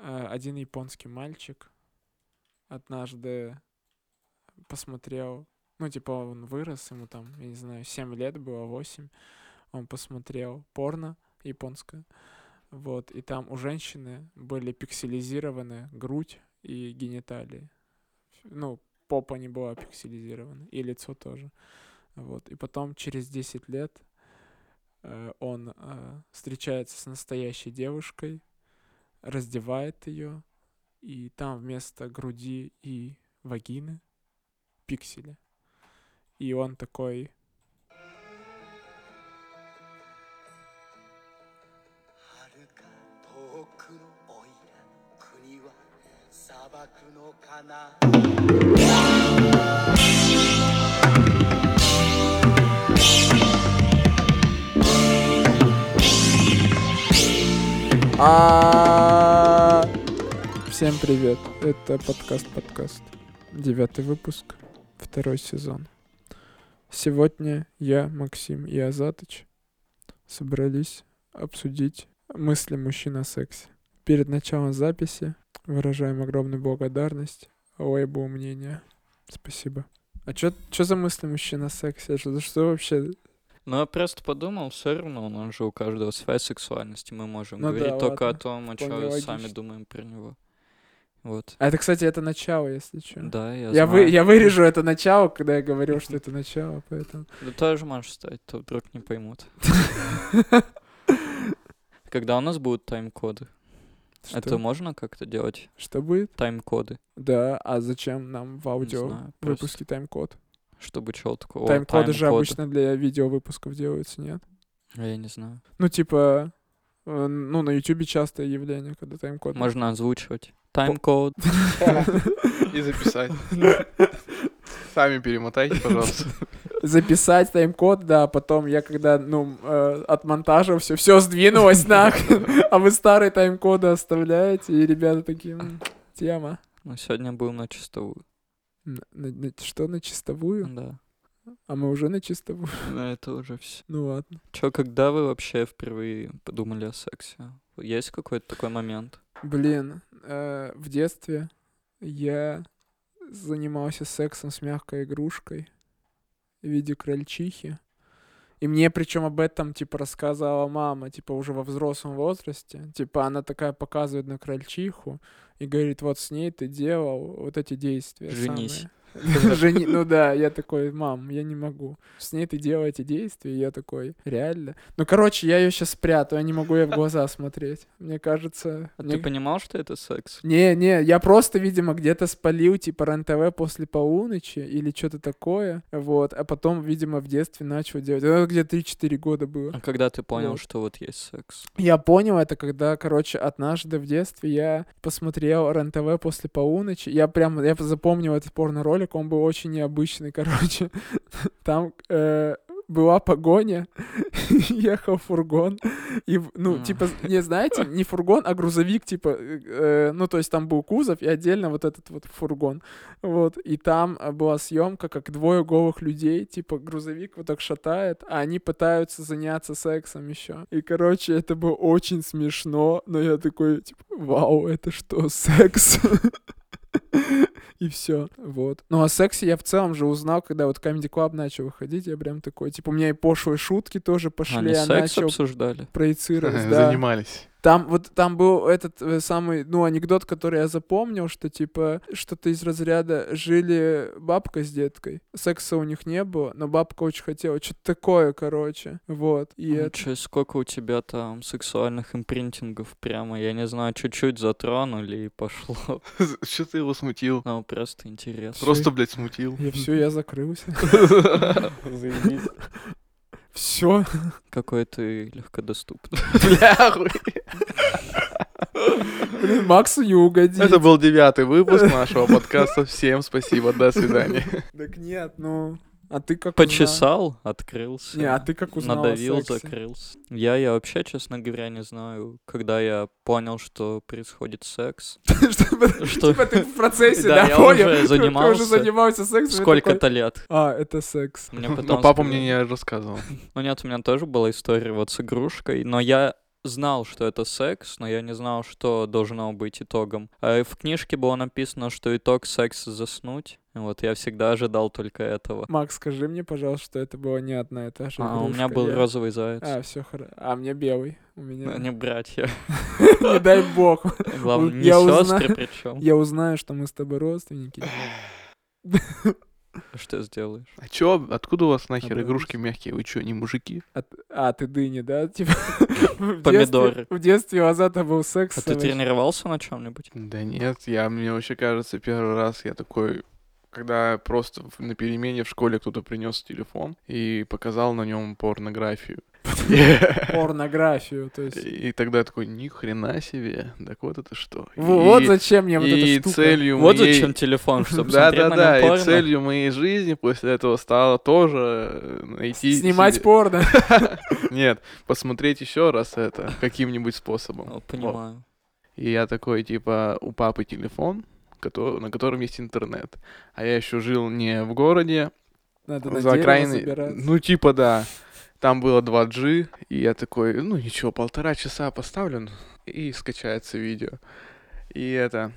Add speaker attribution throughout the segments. Speaker 1: Э, один японский мальчик однажды посмотрел, ну, типа, он вырос, ему там, я не знаю, 7 лет было, 8, он посмотрел порно японское, вот, и там у женщины были пикселизированы грудь и гениталии. Ну, попа не была пикселизирована, и лицо тоже. Вот, и потом через 10 лет э, он э, встречается с настоящей девушкой, раздевает ее, и там вместо груди и вагины пиксели. И он такой...
Speaker 2: А,
Speaker 1: Всем привет, это подкаст-подкаст. Девятый выпуск, второй сезон. Сегодня я, Максим и Азатыч собрались обсудить мысли мужчин о сексе. Перед началом записи выражаем огромную благодарность лейблу мнения. Спасибо. А чё, чё за мысли мужчин о сексе? Что, что вообще?
Speaker 2: Ну, я просто подумал, все равно у нас же у каждого своя сексуальность, и мы можем
Speaker 1: Ну да,
Speaker 2: говорить только о
Speaker 1: ладно.
Speaker 2: том,
Speaker 1: Вполне
Speaker 2: о чем сами
Speaker 1: логично.
Speaker 2: думаем про него. Вот.
Speaker 1: А это, кстати, это начало, если чё.
Speaker 2: Да, я,
Speaker 1: Я,
Speaker 2: знаю.
Speaker 1: вы, я вырежу это начало, когда я говорил, что это начало, поэтому...
Speaker 2: Да тоже можешь стать, то вдруг не поймут. Когда у нас будут тайм-коды?
Speaker 1: Что,
Speaker 2: Это можно как-то делать?
Speaker 1: что будет?
Speaker 2: Тайм-коды?
Speaker 1: Да, а зачем нам в
Speaker 2: Не
Speaker 1: аудио
Speaker 2: знаю, просто
Speaker 1: выпуске тайм-код?
Speaker 2: Чтобы чего такого. О,
Speaker 1: Тайм-коды же
Speaker 2: тайм-коды.
Speaker 1: обычно для видеовыпусков делаются, нет?
Speaker 2: А Я не знаю.
Speaker 1: Ну, типа, э, ну, на Ютубе частое явление, когда тайм-код...
Speaker 2: Можно озвучивать. Тайм-код.
Speaker 3: И записать. Сами перемотайте, пожалуйста.
Speaker 1: Записать тайм-код, да, а потом я когда, ну, э, от монтажа все, все сдвинулось нахрен, а вы старые тайм-коды оставляете, и ребята такие, «М, тема.
Speaker 2: Ну, сегодня был на чистовую.
Speaker 1: Н- на- на- Что, на чистовую?
Speaker 2: Да.
Speaker 1: А мы уже на чистовую?
Speaker 2: Ну, это уже все.
Speaker 1: Ну ладно.
Speaker 2: Чё, когда вы вообще впервые подумали о сексе? Есть какой-то такой момент?
Speaker 1: Блин, э, в детстве я занимался сексом с мягкой игрушкой в виде крольчихи. И мне причем об этом, типа, рассказывала мама, типа, уже во взрослом возрасте. Типа, она такая показывает на крольчиху и говорит, вот с ней ты делал вот эти действия.
Speaker 2: Женись.
Speaker 1: самые». Жени... Ну да, я такой, мам, я не могу. С ней ты делал эти действия, и я такой, реально? Ну, короче, я ее сейчас спрятаю, я не могу ей в глаза смотреть. Мне кажется...
Speaker 2: А
Speaker 1: мне
Speaker 2: ты понимал, что это секс?
Speaker 1: не, не, я просто, видимо, где-то спалил, типа, РЕН-ТВ после полуночи или что-то такое, вот, а потом, видимо, в детстве начал делать. Это где-то 3-4 года было.
Speaker 2: А когда ты понял,
Speaker 1: Вот.
Speaker 2: что вот есть секс?
Speaker 1: Я понял это, когда, короче, однажды в детстве я посмотрел РЕН-ТВ после полуночи. Я прям, я запомнил этот порно-ролик, он был очень необычный, короче. Там э, была погоня, ехал фургон, и, в- ну,
Speaker 2: А.
Speaker 1: типа, не знаете, не фургон, а грузовик, типа, э, э, ну, то есть там был кузов и отдельно вот этот вот фургон, вот, и там э, была съемка, как двое голых людей, типа, грузовик вот так шатает, а они пытаются заняться сексом еще, и, короче, это было очень смешно, но я такой, типа, вау, это что, секс? И все, вот. Ну, о сексе я в целом же узнал, когда вот Comedy Club начал выходить, я прям такой, типа, у меня и пошлые шутки тоже пошли,
Speaker 2: Они
Speaker 1: я
Speaker 2: А, секс
Speaker 1: начал
Speaker 2: обсуждали?
Speaker 1: проецировать, да.
Speaker 3: Занимались.
Speaker 1: Там вот там был этот э, самый, ну, анекдот, который я запомнил, что типа что-то из разряда жили бабка с деткой. Секса у них не было, но бабка очень хотела. Что-то такое, короче. Вот. И
Speaker 2: Ну,
Speaker 1: это-
Speaker 2: чё, сколько у тебя там сексуальных импринтингов прямо, я не знаю, чуть-чуть затронули и пошло.
Speaker 3: Что ты его смутил?
Speaker 2: Ну, просто интересно.
Speaker 3: Просто, блядь, смутил.
Speaker 1: я все, я закрылся.
Speaker 3: Заебись.
Speaker 1: Все.
Speaker 2: Какой ты
Speaker 1: Ну
Speaker 2: легкодоступный.
Speaker 3: Бляхуй.
Speaker 1: Блин, Максу не угодить.
Speaker 3: Это был девятый выпуск нашего подкаста. Всем спасибо, до свидания.
Speaker 1: Так нет, ну. А ты как узнал?
Speaker 2: Почесал, открылся.
Speaker 1: Не, а ты как узнал о
Speaker 2: Надавил,
Speaker 1: сексе?
Speaker 2: закрылся. Я, я вообще, честно говоря, не знаю, когда я понял, что происходит секс.
Speaker 1: Чтобы-
Speaker 2: Что-
Speaker 1: Типа ты в процессе,
Speaker 2: Да,
Speaker 1: да,
Speaker 2: я
Speaker 1: понял?
Speaker 2: уже
Speaker 1: Ты
Speaker 2: занимался.
Speaker 1: уже занимался сексом. и такой,
Speaker 2: Сколько-то лет.
Speaker 1: А, это секс.
Speaker 2: Мне
Speaker 3: Но
Speaker 2: потом
Speaker 3: Ну, папа
Speaker 2: сказали.
Speaker 3: мне не рассказывал.
Speaker 2: Ну нет, у меня тоже была история вот с игрушкой, но я знал, что это секс, но я не знал, что должно быть итогом. А В книжке было написано, что итог секса заснуть. Вот я всегда ожидал только этого.
Speaker 1: Макс, скажи мне, пожалуйста, что это была не одна и та же
Speaker 2: А у меня
Speaker 1: игрушка.
Speaker 2: был
Speaker 1: Я-
Speaker 2: розовый заяц. Ну,
Speaker 1: А, все хорошо. А мне белый. У меня...
Speaker 2: Не братья.
Speaker 1: Не дай бог.
Speaker 2: Главное,
Speaker 1: Он-
Speaker 2: не
Speaker 1: я узна-
Speaker 2: сестры причем.
Speaker 1: Я узнаю, что мы с тобой родственники.
Speaker 2: Что сделаешь?
Speaker 3: А чё, откуда у вас нахер
Speaker 1: Обрадуйся.
Speaker 3: игрушки мягкие? Вы чё, не мужики?
Speaker 1: А, т- а, ты дыни, да? Типа, в детстве-
Speaker 2: Помидоры.
Speaker 1: В детстве у Азата был секс.
Speaker 2: А
Speaker 1: с
Speaker 2: ты
Speaker 1: овощами.
Speaker 2: тренировался на чем-нибудь?
Speaker 3: Да нет, я, мне вообще кажется, первый раз я такой, когда просто в- на перемене в школе кто-то принес телефон и показал на нем порнографию.
Speaker 1: Порнографию, то есть.
Speaker 3: И тогда я такой, ни хрена себе, так вот это что.
Speaker 1: Вот
Speaker 3: И-
Speaker 1: зачем мне вот
Speaker 3: И
Speaker 1: эта штука.
Speaker 3: целью
Speaker 2: Вот
Speaker 3: моей-
Speaker 2: зачем телефон, чтобы
Speaker 3: Да,
Speaker 2: смотреть
Speaker 3: да,
Speaker 2: на нем
Speaker 3: да. И
Speaker 2: порно?
Speaker 3: целью моей жизни после этого стало тоже э, найти.
Speaker 1: Снимать
Speaker 3: себе-
Speaker 1: порно.
Speaker 3: Нет, посмотреть еще раз это каким-нибудь способом.
Speaker 2: Ну, Понимаю.
Speaker 3: И я такой, типа, у папы телефон, кото- на котором есть интернет. А я еще жил не в городе,
Speaker 1: Надо на
Speaker 3: за
Speaker 1: дерево
Speaker 3: окраиной.
Speaker 1: забираться.
Speaker 3: Ну, типа, да. Там было 2G, и я такой, ну ничего, полтора часа поставлен, и скачается видео. И это...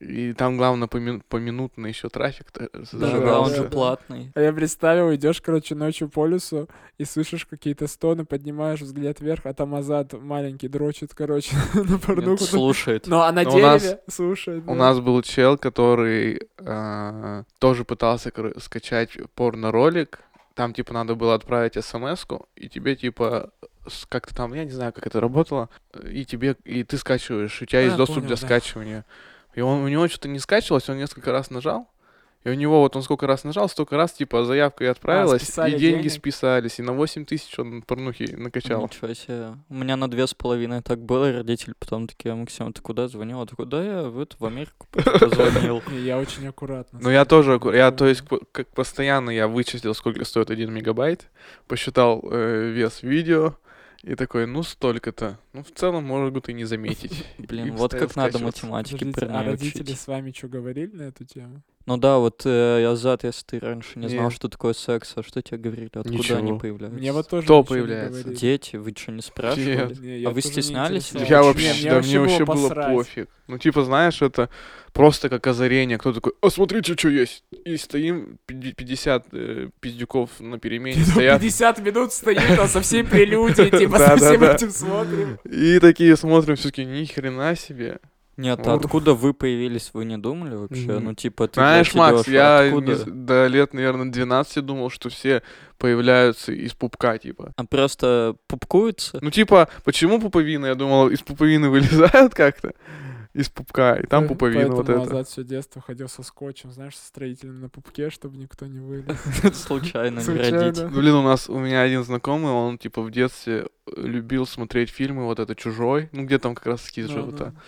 Speaker 3: И там, главное, помин- поминутно еще трафик т-
Speaker 1: Да,
Speaker 2: Да, он
Speaker 3: зажирался.
Speaker 2: же платный.
Speaker 1: А я представил, идешь, короче, ночью по лесу и слышишь какие-то стоны, поднимаешь взгляд вверх, а там Азат маленький дрочит, короче, на
Speaker 2: Нет,
Speaker 1: порнуху.
Speaker 2: Слушает.
Speaker 1: Ну, а на
Speaker 3: Но у нас-
Speaker 1: дереве ну, слушает.
Speaker 3: У
Speaker 1: да.
Speaker 3: нас был чел, который а, тоже пытался кор- скачать порно-ролик. Там, типа, надо было отправить смс и тебе, типа, с- как-то там, я не знаю, как это работало, и тебе, и ты скачиваешь, и у тебя
Speaker 1: А,
Speaker 3: есть доступ
Speaker 1: понял,
Speaker 3: для
Speaker 1: да.
Speaker 3: скачивания. И он, у него что-то не скачивалось, он несколько раз нажал, и у него вот он сколько раз нажал, столько раз, типа, заявка и отправилась, и
Speaker 1: списали
Speaker 3: деньги
Speaker 1: денег?
Speaker 3: списались, и на 8 тысяч он порнухи накачал.
Speaker 2: Ничего себе. У меня на две с половиной так было, и родители потом такие, Максим, ты куда звонил? А куда я в, эту, в Америку
Speaker 1: Ну,
Speaker 2: типа просто позвонил?
Speaker 1: Не, Я очень аккуратно.
Speaker 3: Ну, я тоже, акку- я, то
Speaker 1: Прикольно.
Speaker 3: есть, п- как постоянно я вычислил, сколько стоит 1 мегабайт, посчитал э, вес видео, и такой, ну, столько-то. Ну, в целом, может быть, и не заметить. И
Speaker 2: Блин, вот
Speaker 3: постоянно
Speaker 2: как надо
Speaker 3: скачиваться.
Speaker 2: математики
Speaker 1: Подождите, а
Speaker 2: про
Speaker 1: родители
Speaker 2: учить.
Speaker 1: с вами что говорили на эту тему?
Speaker 2: Ну да, вот э, я зад, если ты раньше не знал,
Speaker 3: Нет.
Speaker 2: что такое секс, а что тебе говорили, откуда они
Speaker 3: Ничего.
Speaker 2: появляются?
Speaker 1: Мне вот тоже
Speaker 3: Кто
Speaker 1: ничего не
Speaker 3: появляется?
Speaker 1: говорили.
Speaker 2: Дети, вы что, не спрашивали?
Speaker 3: Нет.
Speaker 1: Не, я
Speaker 2: вы
Speaker 1: тоже не
Speaker 2: стеснялись или
Speaker 1: интересовался.
Speaker 3: А Я
Speaker 2: вообще-
Speaker 1: Не,
Speaker 3: вообще,
Speaker 1: мне
Speaker 3: да,
Speaker 1: вообще
Speaker 3: мне вообще
Speaker 1: было
Speaker 3: было
Speaker 1: посрать.
Speaker 3: пофиг. Ну, типа, знаешь, это просто как озарение. Кто такой, а смотрите, что есть. И стоим, пяти- 50 э, пиздюков на перемене стоят.
Speaker 1: 50 минут стоит, а со всей прелюдией, типа, со
Speaker 3: Да-да-да.
Speaker 1: всем этим смотрим.
Speaker 3: И такие смотрим, все-таки, ни хрена себе.
Speaker 2: Нет, а
Speaker 3: Ух.
Speaker 2: откуда вы появились, вы не думали вообще?
Speaker 3: Мгм.
Speaker 2: Ну типа ты
Speaker 3: Знаешь,
Speaker 2: блядь,
Speaker 3: Макс,
Speaker 2: идёшь,
Speaker 3: я
Speaker 2: откуда?
Speaker 3: не з- до лет, наверное, 12 думал, что все появляются из пупка, типа.
Speaker 2: А просто пупкуются?
Speaker 3: Ну, типа, почему пуповина? Я думал, из пуповины вылезают как-то. Из пупка, и там
Speaker 1: Пое-
Speaker 3: пуповина вот
Speaker 1: Э, Поэтому
Speaker 3: это.
Speaker 1: Азат все детство ходил со скотчем, знаешь, со строителем на пупке, чтобы никто не вылез.
Speaker 2: Случайно не родить.
Speaker 1: Случайно.
Speaker 3: Ну, блин, у нас, у меня один знакомый, он, типа, в детстве любил смотреть фильмы вот это «Чужой», ну, где там как раз таки
Speaker 1: Ну,
Speaker 3: живота.
Speaker 1: ну.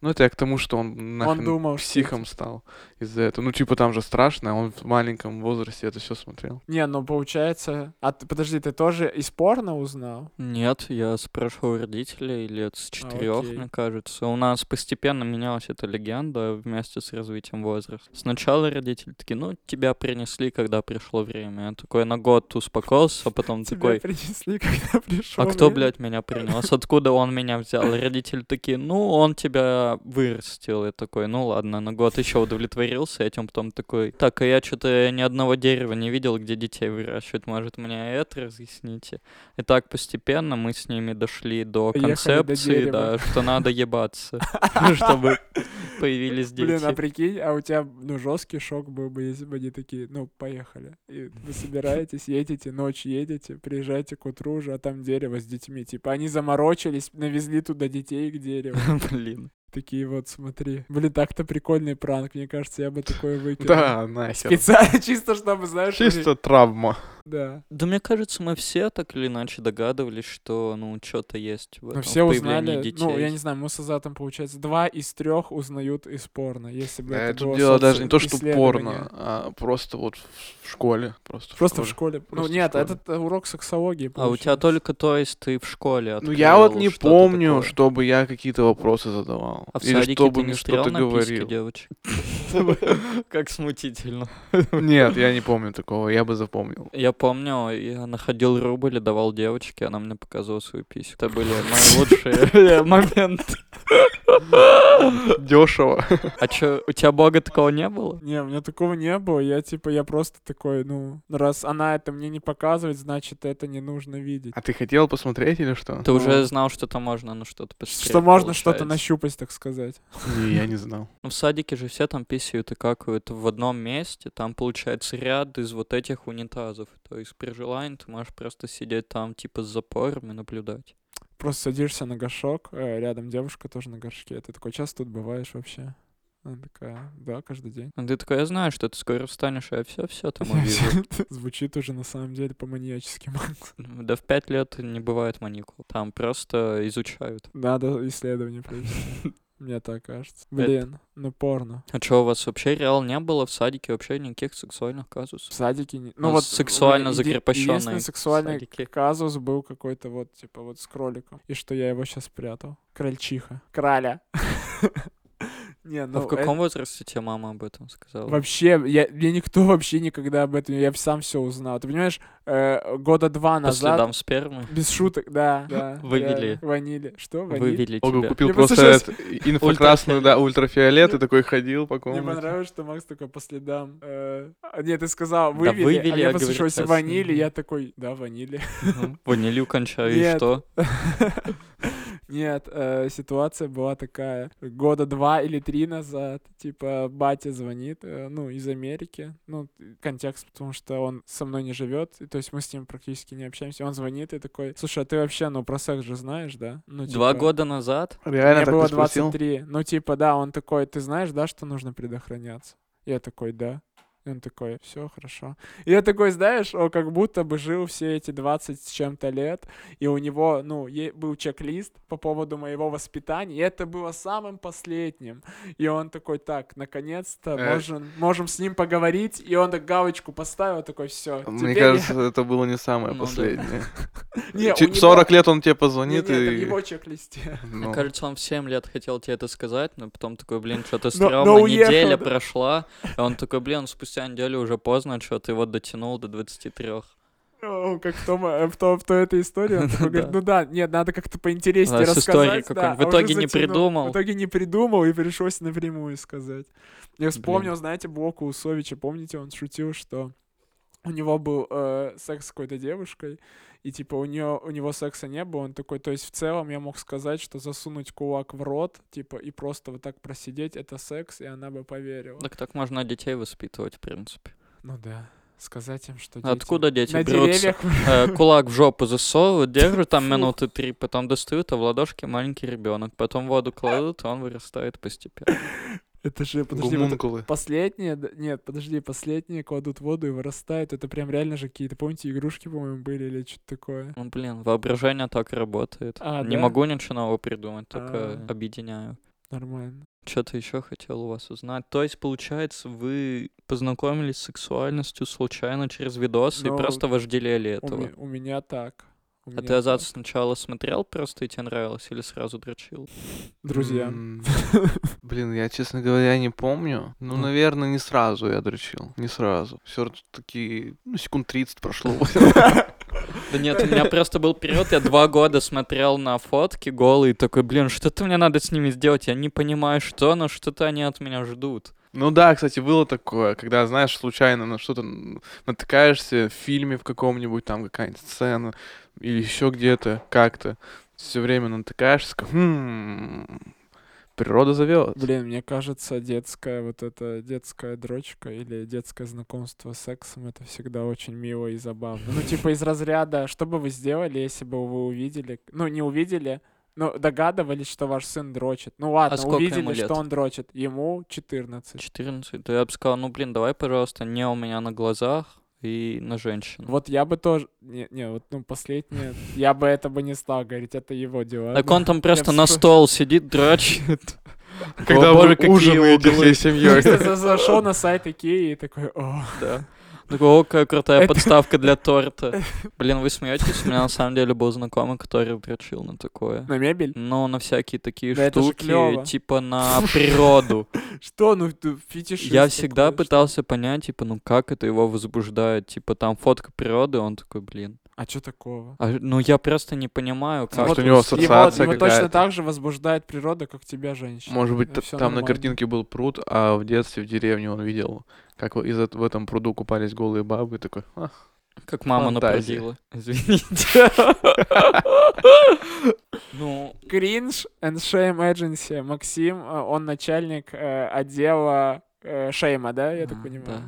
Speaker 3: Ну, это я к тому, что он нахрен
Speaker 1: Он думал, что это-
Speaker 3: психом стал из-за этого. Ну, типа, там же страшно, а он в маленьком возрасте это все смотрел.
Speaker 1: Не, ну получается... А ты, подожди, ты тоже из порно узнал?
Speaker 2: Нет, я спрашивал у родителей лет с четырех,
Speaker 1: окей.
Speaker 2: мне кажется. У нас постепенно менялась эта легенда вместе с развитием возраста. Сначала родители такие, ну, тебя принесли, когда пришло время. Я такой на год успокоился, а потом
Speaker 1: Тебя
Speaker 2: такой,
Speaker 1: принесли, когда пришел.
Speaker 2: а кто, блядь, меня принес? Откуда он меня взял? И Родители такие, ну, он тебя вырастил. Я такой, ну ладно, на год еще удовлетворился этим, потом такой, так, а я что-то ни одного дерева не видел, где детей выращивают, может, мне это разъясните? И так постепенно мы с ними дошли до
Speaker 1: Доехали до
Speaker 2: концепции,
Speaker 1: дерева.
Speaker 2: да, что надо ебаться, чтобы появились
Speaker 1: Блин, а
Speaker 2: дети.
Speaker 1: прикинь, а у тебя, ну, жесткий шок был бы, если бы они такие, ну, поехали. И вы собираетесь, едете, ночь едете, приезжаете к утру уже, а там дерево с детьми. Типа они заморочились, навезли туда детей к дереву.
Speaker 2: Блин.
Speaker 1: Такие вот, смотри. Блин, так-то прикольный пранк, мне кажется, я бы такое выкинул.
Speaker 3: Да, нахер.
Speaker 1: Специально, чисто чтобы, знаешь... блин,
Speaker 3: Чисто травма.
Speaker 1: Да.
Speaker 2: Да мне кажется, мы все так или иначе догадывались, что, ну, что-то есть в
Speaker 1: Но
Speaker 2: этом
Speaker 1: все
Speaker 2: появлении
Speaker 1: узнали,
Speaker 2: детей.
Speaker 1: ну, я не знаю, мы с Азатом, получается, два из трех узнают из порно, если бы
Speaker 3: Да,
Speaker 1: это
Speaker 3: тут
Speaker 1: было
Speaker 3: дело даже не то, что
Speaker 1: социсследование.
Speaker 3: порно, а просто вот в в школе. Просто, в
Speaker 1: Просто
Speaker 3: школе.
Speaker 1: в школе.
Speaker 3: Просто в
Speaker 1: ну нет,
Speaker 3: школе.
Speaker 1: этот э, урок сексологии.
Speaker 2: А у тебя
Speaker 1: получается.
Speaker 2: только, то есть, ты в школе
Speaker 3: Ну, я вот
Speaker 2: открыл
Speaker 3: не
Speaker 2: что-то
Speaker 3: помню,
Speaker 2: такое.
Speaker 3: чтобы я какие-то вопросы задавал.
Speaker 2: А в
Speaker 3: или
Speaker 2: садике
Speaker 3: чтобы
Speaker 2: ты не
Speaker 3: мне
Speaker 2: стрелял
Speaker 3: что-то
Speaker 2: на письки
Speaker 3: говорил.
Speaker 2: девочек? тобой. Как смутительно.
Speaker 3: Нет, я не помню такого, я бы запомнил.
Speaker 2: Я помню, я находил рубль и давал девочке, она мне показывала свою писю. Это были мои лучшие моменты.
Speaker 3: Дешево.
Speaker 2: А чё, у тебя бога такого не было?
Speaker 1: Не, у меня такого не было. Я типа, я просто такой, ну, раз она это мне не показывает, значит, это не нужно видеть.
Speaker 3: А ты хотел посмотреть или что?
Speaker 2: Ты уже знал, что там можно на что-то посмотреть.
Speaker 1: Что можно что-то
Speaker 2: получается.
Speaker 1: нащупать, так сказать.
Speaker 3: Не, я не знал.
Speaker 2: Ну, в садике же все там писают и какают в одном месте. Там получается ряд из вот этих унитазов. То есть при желании ты можешь просто сидеть там типа с запором и наблюдать.
Speaker 1: Просто садишься на горшок, э, рядом девушка тоже на горшке. Ты такой, часто тут бываешь вообще? Она такая, да, каждый день.
Speaker 2: А ты такой, я знаю, что ты скоро встанешь, а я все-все там
Speaker 1: Я
Speaker 2: увижу.
Speaker 1: всё это- Звучит уже на самом деле по-маньячески. Макс.
Speaker 2: Да в пять лет не бывает маникул. Там просто изучают.
Speaker 1: Надо исследование провести. Мне так кажется. Блин, ну порно.
Speaker 2: А что, у вас вообще реал не было в садике вообще никаких сексуальных
Speaker 1: В
Speaker 2: казусов?
Speaker 1: садике... не-
Speaker 2: Ну,
Speaker 1: Ну вот...
Speaker 2: сексуально
Speaker 1: у меня еди-
Speaker 2: закрепощенные
Speaker 1: Единственный сексуальный
Speaker 2: садики.
Speaker 1: казус был какой-то вот, типа, вот с кроликом. И что я его сейчас прятал. Крольчиха. Краля. Не,
Speaker 2: А
Speaker 1: ну...
Speaker 2: в
Speaker 1: э,
Speaker 2: каком возрасте тебе мама об этом сказала?
Speaker 1: Вообще, я, мне никто вообще никогда об этом, я сам все узнал. Ты понимаешь, э, года два
Speaker 2: По
Speaker 1: назад,
Speaker 2: следам спермы?
Speaker 1: без шуток, да, да.
Speaker 2: Вывели.
Speaker 1: реально, Ванили. Что, ванили?
Speaker 2: Вывели
Speaker 3: Ого,
Speaker 2: тебя.
Speaker 3: купил
Speaker 1: Мне
Speaker 3: просто
Speaker 1: просто
Speaker 3: этот инфракрасную, да, ультрафиолет, и такой ходил по
Speaker 1: Мне
Speaker 3: комнате.
Speaker 1: понравилось, что Макс такой по следам. э, а, нет, ты сказал,
Speaker 2: Да
Speaker 1: вывели,
Speaker 2: вывели,
Speaker 1: а
Speaker 2: я
Speaker 1: я
Speaker 2: говорю,
Speaker 1: послушался
Speaker 2: сейчас,
Speaker 1: ванили,
Speaker 2: мгм.
Speaker 1: я такой, да, ванили.
Speaker 2: Мгм. Ванилью кончаю, и
Speaker 1: Нет.
Speaker 2: что?
Speaker 1: Нет, э, ситуация была такая. Года два или три назад, типа, батя звонит, э, ну, из Америки. Ну, контекст, потому что он со мной не живет, то есть мы с ним практически не общаемся. Он звонит и такой, слушай, а ты вообще, ну, про секс же знаешь, да? Ну,
Speaker 2: Два
Speaker 1: типа,
Speaker 2: года назад?
Speaker 3: Реально
Speaker 1: мне
Speaker 3: так
Speaker 1: было
Speaker 3: ты спросил?
Speaker 1: 23. Ну, типа, да, он такой, ты знаешь, да, что нужно предохраняться? Я такой, да. И он такой, все хорошо. И я такой, знаешь, он как будто бы жил все эти 20 с чем-то лет, и у него, ну, е- был чек-лист по поводу моего воспитания, и это было самым последним. И он такой, так, наконец-то
Speaker 3: Э.
Speaker 1: можем, можем с ним поговорить, и он так галочку поставил, такой, все.
Speaker 3: Мне кажется, это было не самое
Speaker 2: Ну да.
Speaker 3: последнее. Че- 40 лет он тебе позвонит
Speaker 1: в
Speaker 3: и...
Speaker 1: его чек-листе.
Speaker 3: ну.
Speaker 2: Мне кажется, он в 7 лет хотел тебе это сказать, но потом такой, блин, что-то
Speaker 1: Но-
Speaker 2: стрёмно,
Speaker 1: но уехал,
Speaker 2: неделя
Speaker 1: да.
Speaker 2: прошла, и он такой, блин, спустя неделю уже поздно, что ты вот дотянул до 23.
Speaker 1: О, как в том, э, в том, в той этой истории, он такой говорит,
Speaker 2: Да.
Speaker 1: ну да, нет, надо как-то поинтереснее
Speaker 2: Да, с историей
Speaker 1: рассказать. да,
Speaker 2: какой-нибудь. В
Speaker 1: а уже
Speaker 2: итоге не
Speaker 1: затянул.
Speaker 2: придумал.
Speaker 1: В итоге не придумал, и пришлось напрямую сказать. Я вспомнил,
Speaker 2: Блин.
Speaker 1: знаете, Блоку Усовича, помните, он шутил, что у него был э, секс с какой-то девушкой, и типа у нее у него секса не было, он такой, то есть в целом я мог сказать, что засунуть кулак в рот, типа, и просто вот так просидеть, это секс, и она бы поверила.
Speaker 2: Так так можно детей воспитывать, в принципе.
Speaker 1: Ну да, сказать им, что дети...
Speaker 2: А Откуда дети
Speaker 1: На
Speaker 2: берутся?
Speaker 1: деревьях
Speaker 2: Э, Кулак в жопу засовывают, держат там
Speaker 1: Фу.
Speaker 2: минуты три, потом достают, а в ладошке маленький ребенок. Потом в воду кладут, и он вырастает постепенно.
Speaker 1: Это же, подожди, вот
Speaker 3: Гумункулы.
Speaker 1: Последние, д- нет, подожди, последние кладут в воду и вырастают. Это прям реально же какие-то, помните, игрушки, по-моему, были или что-то такое.
Speaker 2: Ну, блин, воображение так работает.
Speaker 1: А,
Speaker 2: Не
Speaker 1: да?
Speaker 2: могу ничего нового придумать, только
Speaker 1: А.
Speaker 2: объединяю.
Speaker 1: Нормально.
Speaker 2: Что-то еще хотел у вас узнать. То есть, получается, вы познакомились с сексуальностью случайно через видосы
Speaker 1: Ну,
Speaker 2: и просто вожделели
Speaker 1: У,
Speaker 2: этого.
Speaker 1: ме- у меня так. У
Speaker 2: А
Speaker 1: меня
Speaker 2: ты Азат
Speaker 1: так.
Speaker 2: сначала смотрел просто и тебе нравилось, или сразу дрочил?
Speaker 1: Друзья.
Speaker 3: М, Блин, я, честно говоря, не помню. Ну,
Speaker 2: Хм.
Speaker 1: Ну.
Speaker 3: наверное, не сразу я дрочил. Не сразу. Все таки ну, секунд 30 прошло.
Speaker 2: Да нет, у меня просто был период, я два года смотрел на фотки голые, и такой, блин, что-то мне надо с ними сделать, я не понимаю, что, но что-то они от меня ждут.
Speaker 3: Ну да, кстати, было такое, когда, знаешь, случайно на что-то натыкаешься в фильме в каком-нибудь, там какая-нибудь сцена или еще где-то, как-то. Все время натыкаешься, такой, «Хм, природа зовет.
Speaker 1: Блин, мне кажется, детская вот эта детская дрочка или детское знакомство с сексом это всегда очень мило и забавно. Ну, типа из разряда, что бы вы сделали, если бы вы увидели, ну, не увидели, но догадывались, что ваш сын дрочит. Ну ладно,
Speaker 2: А сколько ему
Speaker 1: увидели,
Speaker 2: лет?
Speaker 1: что он дрочит. Ему 14.
Speaker 2: 14, то я бы сказал, ну, блин, давай, пожалуйста, не у меня на глазах и на женщин.
Speaker 1: Вот я бы тоже... Не, не, вот, ну, последнее... Я бы это бы не стал говорить, это его дела.
Speaker 2: Так он А там просто на
Speaker 1: вспом-
Speaker 2: стол сидит, дрочит.
Speaker 3: Когда
Speaker 2: О,
Speaker 3: вы
Speaker 2: боже, какие
Speaker 3: ужинаете
Speaker 2: углы.
Speaker 3: всей семьей.
Speaker 1: Просто за- зашел на сайт Икеи и такой, о,
Speaker 2: Да. Такой, о, какая крутая
Speaker 1: Это-
Speaker 2: подставка для торта. Блин, вы смеетесь? У меня на самом деле был знакомый, который причил на такое.
Speaker 1: На мебель?
Speaker 2: Ну, на всякие такие
Speaker 1: Да это же
Speaker 2: штуки,
Speaker 1: клёво.
Speaker 2: типа на природу.
Speaker 1: Что, ну ты фетишист
Speaker 2: Я всегда
Speaker 1: такой,
Speaker 2: пытался понять, типа, ну как это его возбуждает. Типа, там фотка природы, он такой, блин.
Speaker 1: что- А что такого?
Speaker 2: А, ну, я просто не понимаю, как...
Speaker 3: Может, у
Speaker 2: он
Speaker 3: него
Speaker 2: с-
Speaker 1: Его,
Speaker 3: Ассоциация
Speaker 1: его точно
Speaker 3: какая-то.
Speaker 1: так же возбуждает природа, как тебя, женщина.
Speaker 3: Может быть,
Speaker 1: э,
Speaker 3: т-
Speaker 1: всё
Speaker 3: там на
Speaker 1: нормально.
Speaker 3: картинке был пруд, а в детстве в деревне он видел, как в- из эт- в этом пруду купались голые бабы, и такой, «А,
Speaker 2: Как мама
Speaker 3: Фантазия.
Speaker 2: напрудила. Извините. Ну,
Speaker 1: Cringe and Shame Agency. Максим, э, он начальник э, отдела э, шейма, да, я так
Speaker 2: а,
Speaker 1: понимаю?
Speaker 2: да.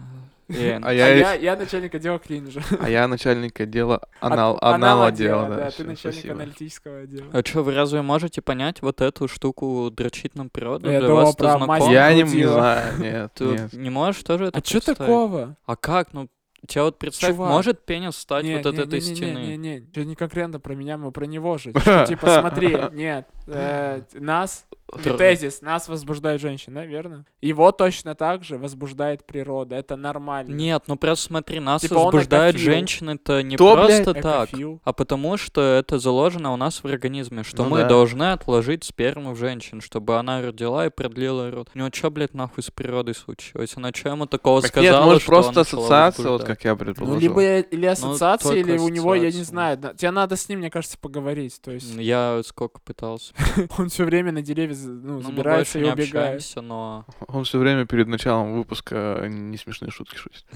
Speaker 2: Реально.
Speaker 3: а
Speaker 1: А
Speaker 3: я,
Speaker 1: я, я начальник отдела кринжа.
Speaker 3: а я начальник отдела анал,
Speaker 1: От-
Speaker 3: анал отдела, да.
Speaker 1: да.
Speaker 3: всё,
Speaker 1: Ты начальник
Speaker 3: спасибо.
Speaker 1: аналитического отдела.
Speaker 2: А что, вы разве можете понять вот эту штуку дрочить на природу?
Speaker 1: Я
Speaker 2: Для
Speaker 1: думал
Speaker 2: вас это
Speaker 1: про
Speaker 2: знакомо?
Speaker 1: мастер-
Speaker 3: Я не, не
Speaker 1: Похудела.
Speaker 3: знаю, нет,
Speaker 2: Ты
Speaker 3: нет.
Speaker 2: не можешь тоже это
Speaker 1: А что
Speaker 2: представить?
Speaker 1: такого?
Speaker 2: А как? Ну, тебя вот представь,
Speaker 1: Чувак.
Speaker 2: может пенис стать
Speaker 1: Не,
Speaker 2: вот от
Speaker 1: не,
Speaker 2: этой
Speaker 1: не, не,
Speaker 2: стены?
Speaker 1: Не, не, не, Чё не конкретно про меня, мы про него же. Чё, Типа, смотри, нет, э, нас,
Speaker 2: Тр-
Speaker 1: тезис, нас возбуждает женщина, верно? Его точно так же возбуждает природа, это нормально.
Speaker 2: Нет, ну просто смотри, нас
Speaker 1: Типа он
Speaker 2: возбуждают
Speaker 1: экофил.
Speaker 2: женщины-то не
Speaker 3: Кто, блядь?
Speaker 2: просто так,
Speaker 1: Экофил.
Speaker 2: а потому что это заложено у нас в организме, что
Speaker 3: Ну
Speaker 2: мы
Speaker 3: да.
Speaker 2: должны отложить сперму в женщин, чтобы она родила и продлила род. У него что, блядь, нахуй с природой случилось? Она что ему такого
Speaker 3: Так
Speaker 2: сказала,
Speaker 3: Нет, может,
Speaker 2: что он
Speaker 3: просто
Speaker 2: начала
Speaker 3: ассоциация, вот
Speaker 2: возбуждать?
Speaker 3: как я
Speaker 1: Ну,
Speaker 3: предположил.
Speaker 1: либо я- или ассоциация,
Speaker 2: Ну, только
Speaker 1: или у него, я не
Speaker 2: ассоциация.
Speaker 1: знаю. да, Тебе надо с ним, мне кажется, поговорить. То есть
Speaker 2: Я сколько пытался.
Speaker 1: он все время на деревья за- ну,
Speaker 2: Ну, мы
Speaker 1: забирается
Speaker 2: больше
Speaker 1: и
Speaker 2: не
Speaker 1: убегает.
Speaker 2: общаемся, но...
Speaker 3: Он все время перед началом выпуска э, не смешные шутки шутит.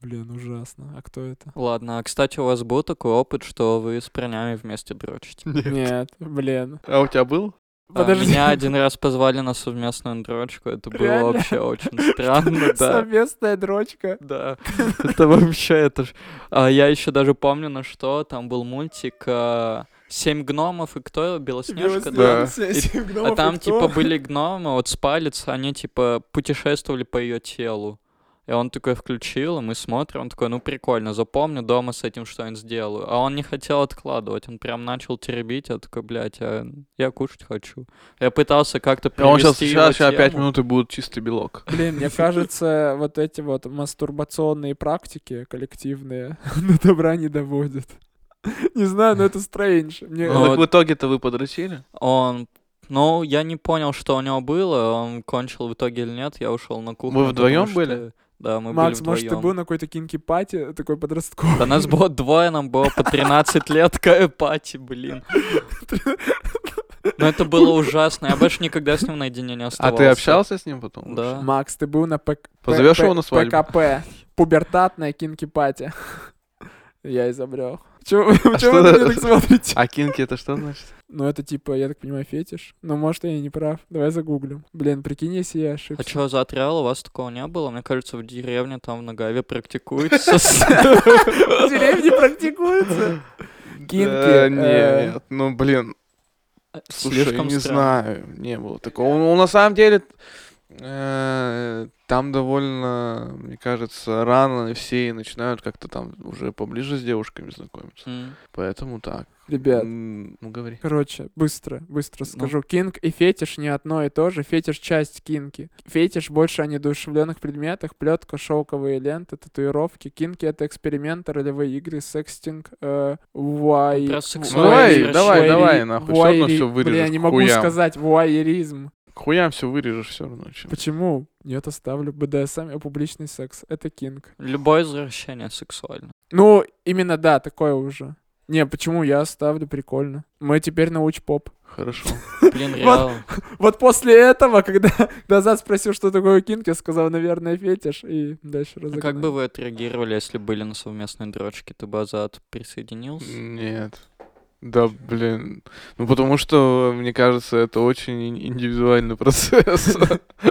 Speaker 1: Блин, ужасно. А кто это?
Speaker 2: Ладно, а кстати, у вас был такой опыт, что вы с парнями вместе дрочите?
Speaker 1: Нет, блин.
Speaker 3: А у тебя был?
Speaker 2: А,
Speaker 1: Подожди.
Speaker 2: Меня один раз позвали на совместную дрочку, это было
Speaker 1: Реально?
Speaker 2: вообще очень странно, да.
Speaker 1: Совместная дрочка.
Speaker 2: Да, это вообще, это ж... А я еще даже помню, на что, там был мультик а, «Семь гномов» и кто, Белоснежка, да?
Speaker 3: Да.
Speaker 2: А там, типа, были гномы, вот спалец, они, типа, путешествовали по ее телу. И он такой включил, и мы смотрим, он такой, ну прикольно, запомню, дома с этим что-нибудь сделаю. А он не хотел откладывать, он прям начал теребить, я такой, блядь, а я кушать хочу. Я пытался как-то
Speaker 3: А он сейчас,
Speaker 2: привести его
Speaker 3: сейчас, сейчас 5
Speaker 2: тему.
Speaker 3: минут и будет чистый белок.
Speaker 1: Блин, мне кажется, вот эти вот мастурбационные практики коллективные на добра не доводят. Не знаю, но это стрэндж. Мне-
Speaker 2: Ну,
Speaker 3: Ну, так
Speaker 2: вот-
Speaker 3: в итоге-то вы А подрочили?
Speaker 2: Он, ну, я не понял, что у него было, он кончил в итоге или нет, я ушел на кухню. потому
Speaker 3: вдвоем
Speaker 2: что-
Speaker 3: были?
Speaker 2: Да, мы
Speaker 1: Макс,
Speaker 2: были
Speaker 1: может, ты
Speaker 2: вдвоем.
Speaker 1: был на какой-то кинки-пати, такой подростковый?
Speaker 2: Да нас было двое, нам было по 13 лет, какая пати, блин. Но это было ужасно, я больше никогда с ним наедине не
Speaker 3: А
Speaker 2: оставался.
Speaker 3: ты общался с ним потом?
Speaker 2: Да.
Speaker 1: Макс, ты был на ПК...
Speaker 3: Позовешь его на свадьбу?
Speaker 1: ПКП. Пубертатная кинки-пати. Я изобрел. Чего вы
Speaker 3: А
Speaker 1: чё вы
Speaker 3: что
Speaker 1: на меня
Speaker 3: это?
Speaker 1: так смотрите?
Speaker 3: А кинки это что значит?
Speaker 1: Ну, это типа, я так понимаю, фетиш. Но, может, я и не прав. Давай загуглим. Блин, прикинь, если я
Speaker 2: А
Speaker 1: ошибся.
Speaker 2: что, за отрял у вас такого не было? Мне кажется, в деревне там в Нагаве практикуется.
Speaker 1: В деревне практикуется. Кинки,
Speaker 3: Да,
Speaker 1: э,
Speaker 3: Э, Нет, ну блин, слушай,
Speaker 2: Слишком
Speaker 3: не
Speaker 2: странно.
Speaker 3: знаю, не было такого. Ну, на самом деле, э, там довольно, мне кажется, рано все и начинают как-то там уже поближе с девушками знакомиться.
Speaker 2: М.
Speaker 3: Поэтому так.
Speaker 1: Ребят,
Speaker 3: М, Ну, говори.
Speaker 1: короче, быстро, быстро
Speaker 2: Ну.
Speaker 1: скажу. Кинг и фетиш не одно и то же. Фетиш — часть кинки. Фетиш больше о недушевленных предметах, плетка, шелковые ленты, татуировки. Кинки — это эксперименты, ролевые игры, секстинг, э, вуай...
Speaker 2: Про сексуальность
Speaker 1: вуай-
Speaker 3: Давай, давай,
Speaker 2: Вуайери-
Speaker 3: давай,
Speaker 1: вуайери-
Speaker 3: нахуй. Все равно
Speaker 1: вуайери-
Speaker 3: все вырежешь.
Speaker 1: Бля, я не могу
Speaker 3: хуям.
Speaker 1: сказать вуайеризм.
Speaker 3: Хуям все вырежешь все равно. чё.
Speaker 1: Почему? Нет, оставлю. БДСМ и публичный секс. Это кинг.
Speaker 2: Любое извращение сексуально.
Speaker 1: Ну, именно да, такое уже. Не, почему я оставлю? Прикольно. Мы теперь науч поп.
Speaker 3: Хорошо.
Speaker 2: Блин, реально.
Speaker 1: Вот после этого, когда Дазат спросил, что такое кинг, я сказал, наверное, фетиш, и дальше
Speaker 2: А
Speaker 1: разогнал.
Speaker 2: Как бы вы отреагировали, если были на совместной дрочке? Ты бы Азат присоединился?
Speaker 3: Нет. Да, блин. Ну, потому что, мне кажется, это очень ин- индивидуальный процесс.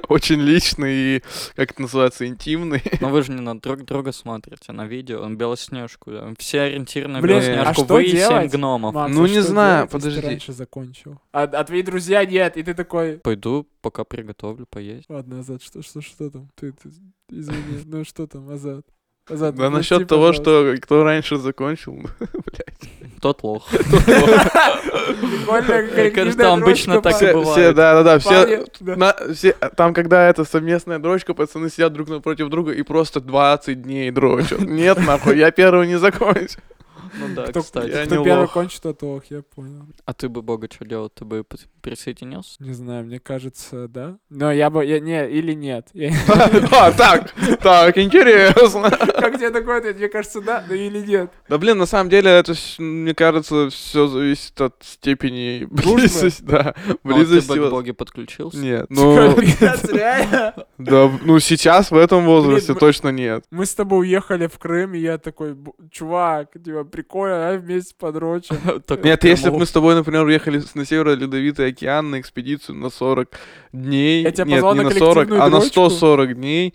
Speaker 3: Очень личный и, как это называется, интимный.
Speaker 2: Но вы же не на друг друга смотрите, на видео, он Белоснежку. да. Все ориентированы на
Speaker 1: Блин,
Speaker 3: а
Speaker 2: Белоснежку,
Speaker 1: что
Speaker 2: вы и семь
Speaker 1: делать?
Speaker 2: гномов.
Speaker 1: Макс,
Speaker 3: Ну,
Speaker 1: а
Speaker 3: не
Speaker 1: что
Speaker 3: знаю,
Speaker 1: делать, если ты
Speaker 3: подожди.
Speaker 1: раньше закончил. А, а твои друзья нет, и ты такой...
Speaker 2: Пойду, пока приготовлю поесть.
Speaker 1: Ладно, Азат, что, что, что там? Ты, ты- извини, ну что там, Азат? назад.
Speaker 3: Да насчет
Speaker 1: отпусти,
Speaker 3: того,
Speaker 1: пожалуйста.
Speaker 3: что кто раньше закончил,
Speaker 2: Тот лох.
Speaker 1: Прикольная
Speaker 2: Мне кажется,
Speaker 1: коллективная
Speaker 2: обычно
Speaker 1: дрочка
Speaker 2: так и
Speaker 3: все, все,
Speaker 2: бывает.
Speaker 3: да, да, да, все,
Speaker 1: Парни, да.
Speaker 3: на- все- там, когда это совместная дрочка, пацаны сидят друг напротив друга и просто 20 дней дрочат. Нет, нахуй, я первый не закончил.
Speaker 2: Ну да,
Speaker 1: Кто-
Speaker 3: я
Speaker 2: кстати.
Speaker 1: Кто
Speaker 3: не
Speaker 1: первый
Speaker 3: лох.
Speaker 1: кончит, тот лох, я понял.
Speaker 2: А ты бы, бога, что делал? Ты бы пос- присоединился?
Speaker 1: Не знаю, мне кажется, да. Но я бы... я- Не, или нет. Я-
Speaker 3: Да, так, так, интересно.
Speaker 1: Как тебе такое ответ? Мне кажется, да, но или нет.
Speaker 3: Да, блин, на самом деле, это, с- мне кажется, все зависит от степени
Speaker 1: Дружбы?
Speaker 3: близости, да,
Speaker 2: Ну, а ты
Speaker 3: близости.
Speaker 2: бы к
Speaker 3: вот-
Speaker 2: боге подключился?
Speaker 3: Нет,
Speaker 2: Типа,
Speaker 3: ну,
Speaker 1: Пиздец, реально.
Speaker 3: да, ну сейчас в этом возрасте
Speaker 1: мы-
Speaker 3: точно нет.
Speaker 1: Мы с тобой уехали в Крым, и я такой, «Бу- чувак, типа, прикольно, давай вместе подрочим.
Speaker 2: Так
Speaker 3: Нет,
Speaker 2: прям
Speaker 3: если бы
Speaker 2: лох.
Speaker 3: мы с тобой, например, уехали с- на северо Ледовитый океан на экспедицию на 40 дней,
Speaker 1: Я тебя
Speaker 3: нет,
Speaker 1: позвал
Speaker 3: не
Speaker 1: на
Speaker 3: на 40,
Speaker 1: коллективную
Speaker 3: а на
Speaker 1: дрочку.
Speaker 3: 140 дней,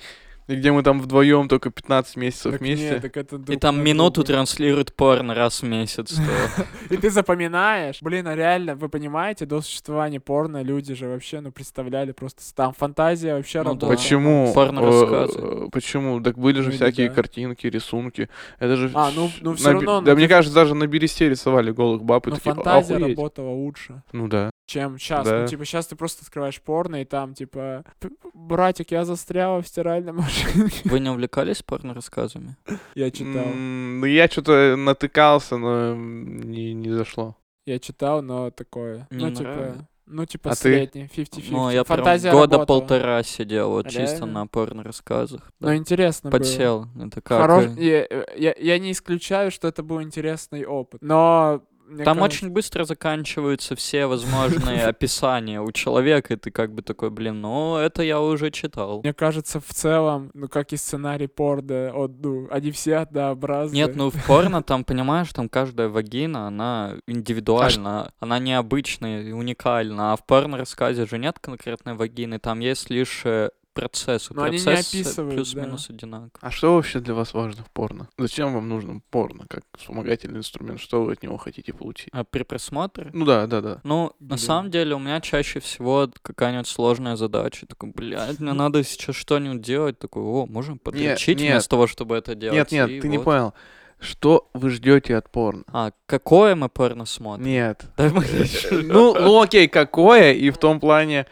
Speaker 3: и где мы там вдвоем только 15 месяцев
Speaker 1: Так
Speaker 3: вместе.
Speaker 1: нет, так это
Speaker 2: И
Speaker 1: друг
Speaker 2: там
Speaker 1: на
Speaker 2: минуту
Speaker 1: друга.
Speaker 2: транслируют порно раз в месяц. то-
Speaker 1: И ты запоминаешь. Блин, а реально, вы понимаете, до существования порно люди же вообще, ну, представляли просто... с- Там фантазия вообще
Speaker 2: Ну да.
Speaker 1: работала.
Speaker 3: Почему?
Speaker 2: Порно
Speaker 3: Э,
Speaker 2: рассказы.
Speaker 3: э, Почему? Так были же
Speaker 1: Ну или
Speaker 3: всякие
Speaker 1: да.
Speaker 3: картинки, рисунки. Это же.
Speaker 1: А, ну-
Speaker 3: вс-
Speaker 1: ну всё
Speaker 3: на
Speaker 1: равно,
Speaker 3: бе- Да
Speaker 1: ну
Speaker 3: мне
Speaker 1: ты-
Speaker 3: кажется, даже на бересте рисовали голых баб и
Speaker 1: Но
Speaker 3: такие.
Speaker 1: фантазия
Speaker 3: «Охуеть».
Speaker 1: работала лучше.
Speaker 3: Ну да.
Speaker 1: чем сейчас.
Speaker 3: Да.
Speaker 1: Ну, типа, сейчас ты просто открываешь порно, и там, типа, «П- братик, я застряла в стиральной машине.
Speaker 2: Вы не увлекались порно-рассказами?
Speaker 1: Я читал.
Speaker 3: М, Ну я что-то натыкался, но м, не, не зашло.
Speaker 1: Я читал, но такое.
Speaker 2: Не
Speaker 1: Ну,
Speaker 2: нравилось?
Speaker 1: типа, ну, типа,
Speaker 3: А ты?
Speaker 1: средний,
Speaker 2: Ну,
Speaker 1: 50-50.
Speaker 2: я
Speaker 1: Типа, Фантазия
Speaker 2: прям года
Speaker 1: работала.
Speaker 2: полтора сидел вот чисто
Speaker 1: Реально?
Speaker 2: на порно-рассказах. да.
Speaker 1: Но интересно было.
Speaker 2: Подсел. Это как?
Speaker 1: Хорош-
Speaker 2: э,
Speaker 1: Я, я- я не исключаю, что это был интересный опыт. Но... мне
Speaker 2: Там
Speaker 1: кажется-
Speaker 2: очень быстро заканчиваются все возможные описания у человека, и ты как бы такой, блин, ну это я уже читал.
Speaker 1: Мне кажется, в целом, ну, как и сценарий порда, от, ну, они все однообразные.
Speaker 2: Нет, ну в порно там, понимаешь, там каждая вагина, она индивидуальна, она необычная и уникальна, а в порно-рассказе же нет конкретной вагины, там есть лишь э, процессы.
Speaker 1: Но они не
Speaker 2: Процессы
Speaker 1: описывают,
Speaker 2: э, плюс-минус одинаковые.
Speaker 3: А что вообще для вас важно в порно? Зачем вам нужно порно как вспомогательный инструмент? Что вы от него хотите получить?
Speaker 2: А при просмотре?
Speaker 3: Ну да, да, да.
Speaker 2: Ну,
Speaker 1: Блин.
Speaker 2: на самом деле, у меня чаще всего какая-нибудь сложная задача. Такой, блядь, мне надо сейчас что-нибудь делать. Такой, о, можем подлечить
Speaker 3: нет.
Speaker 2: вместо того, чтобы это делать.
Speaker 3: Нет, нет,
Speaker 2: И
Speaker 3: ты не
Speaker 2: вот.
Speaker 3: понял. Что вы ждете от порно?
Speaker 2: А, какое мы порно смотрим?
Speaker 3: Нет.
Speaker 2: Да мы-
Speaker 3: Э, Ну, ну окей, какое, и в том плане...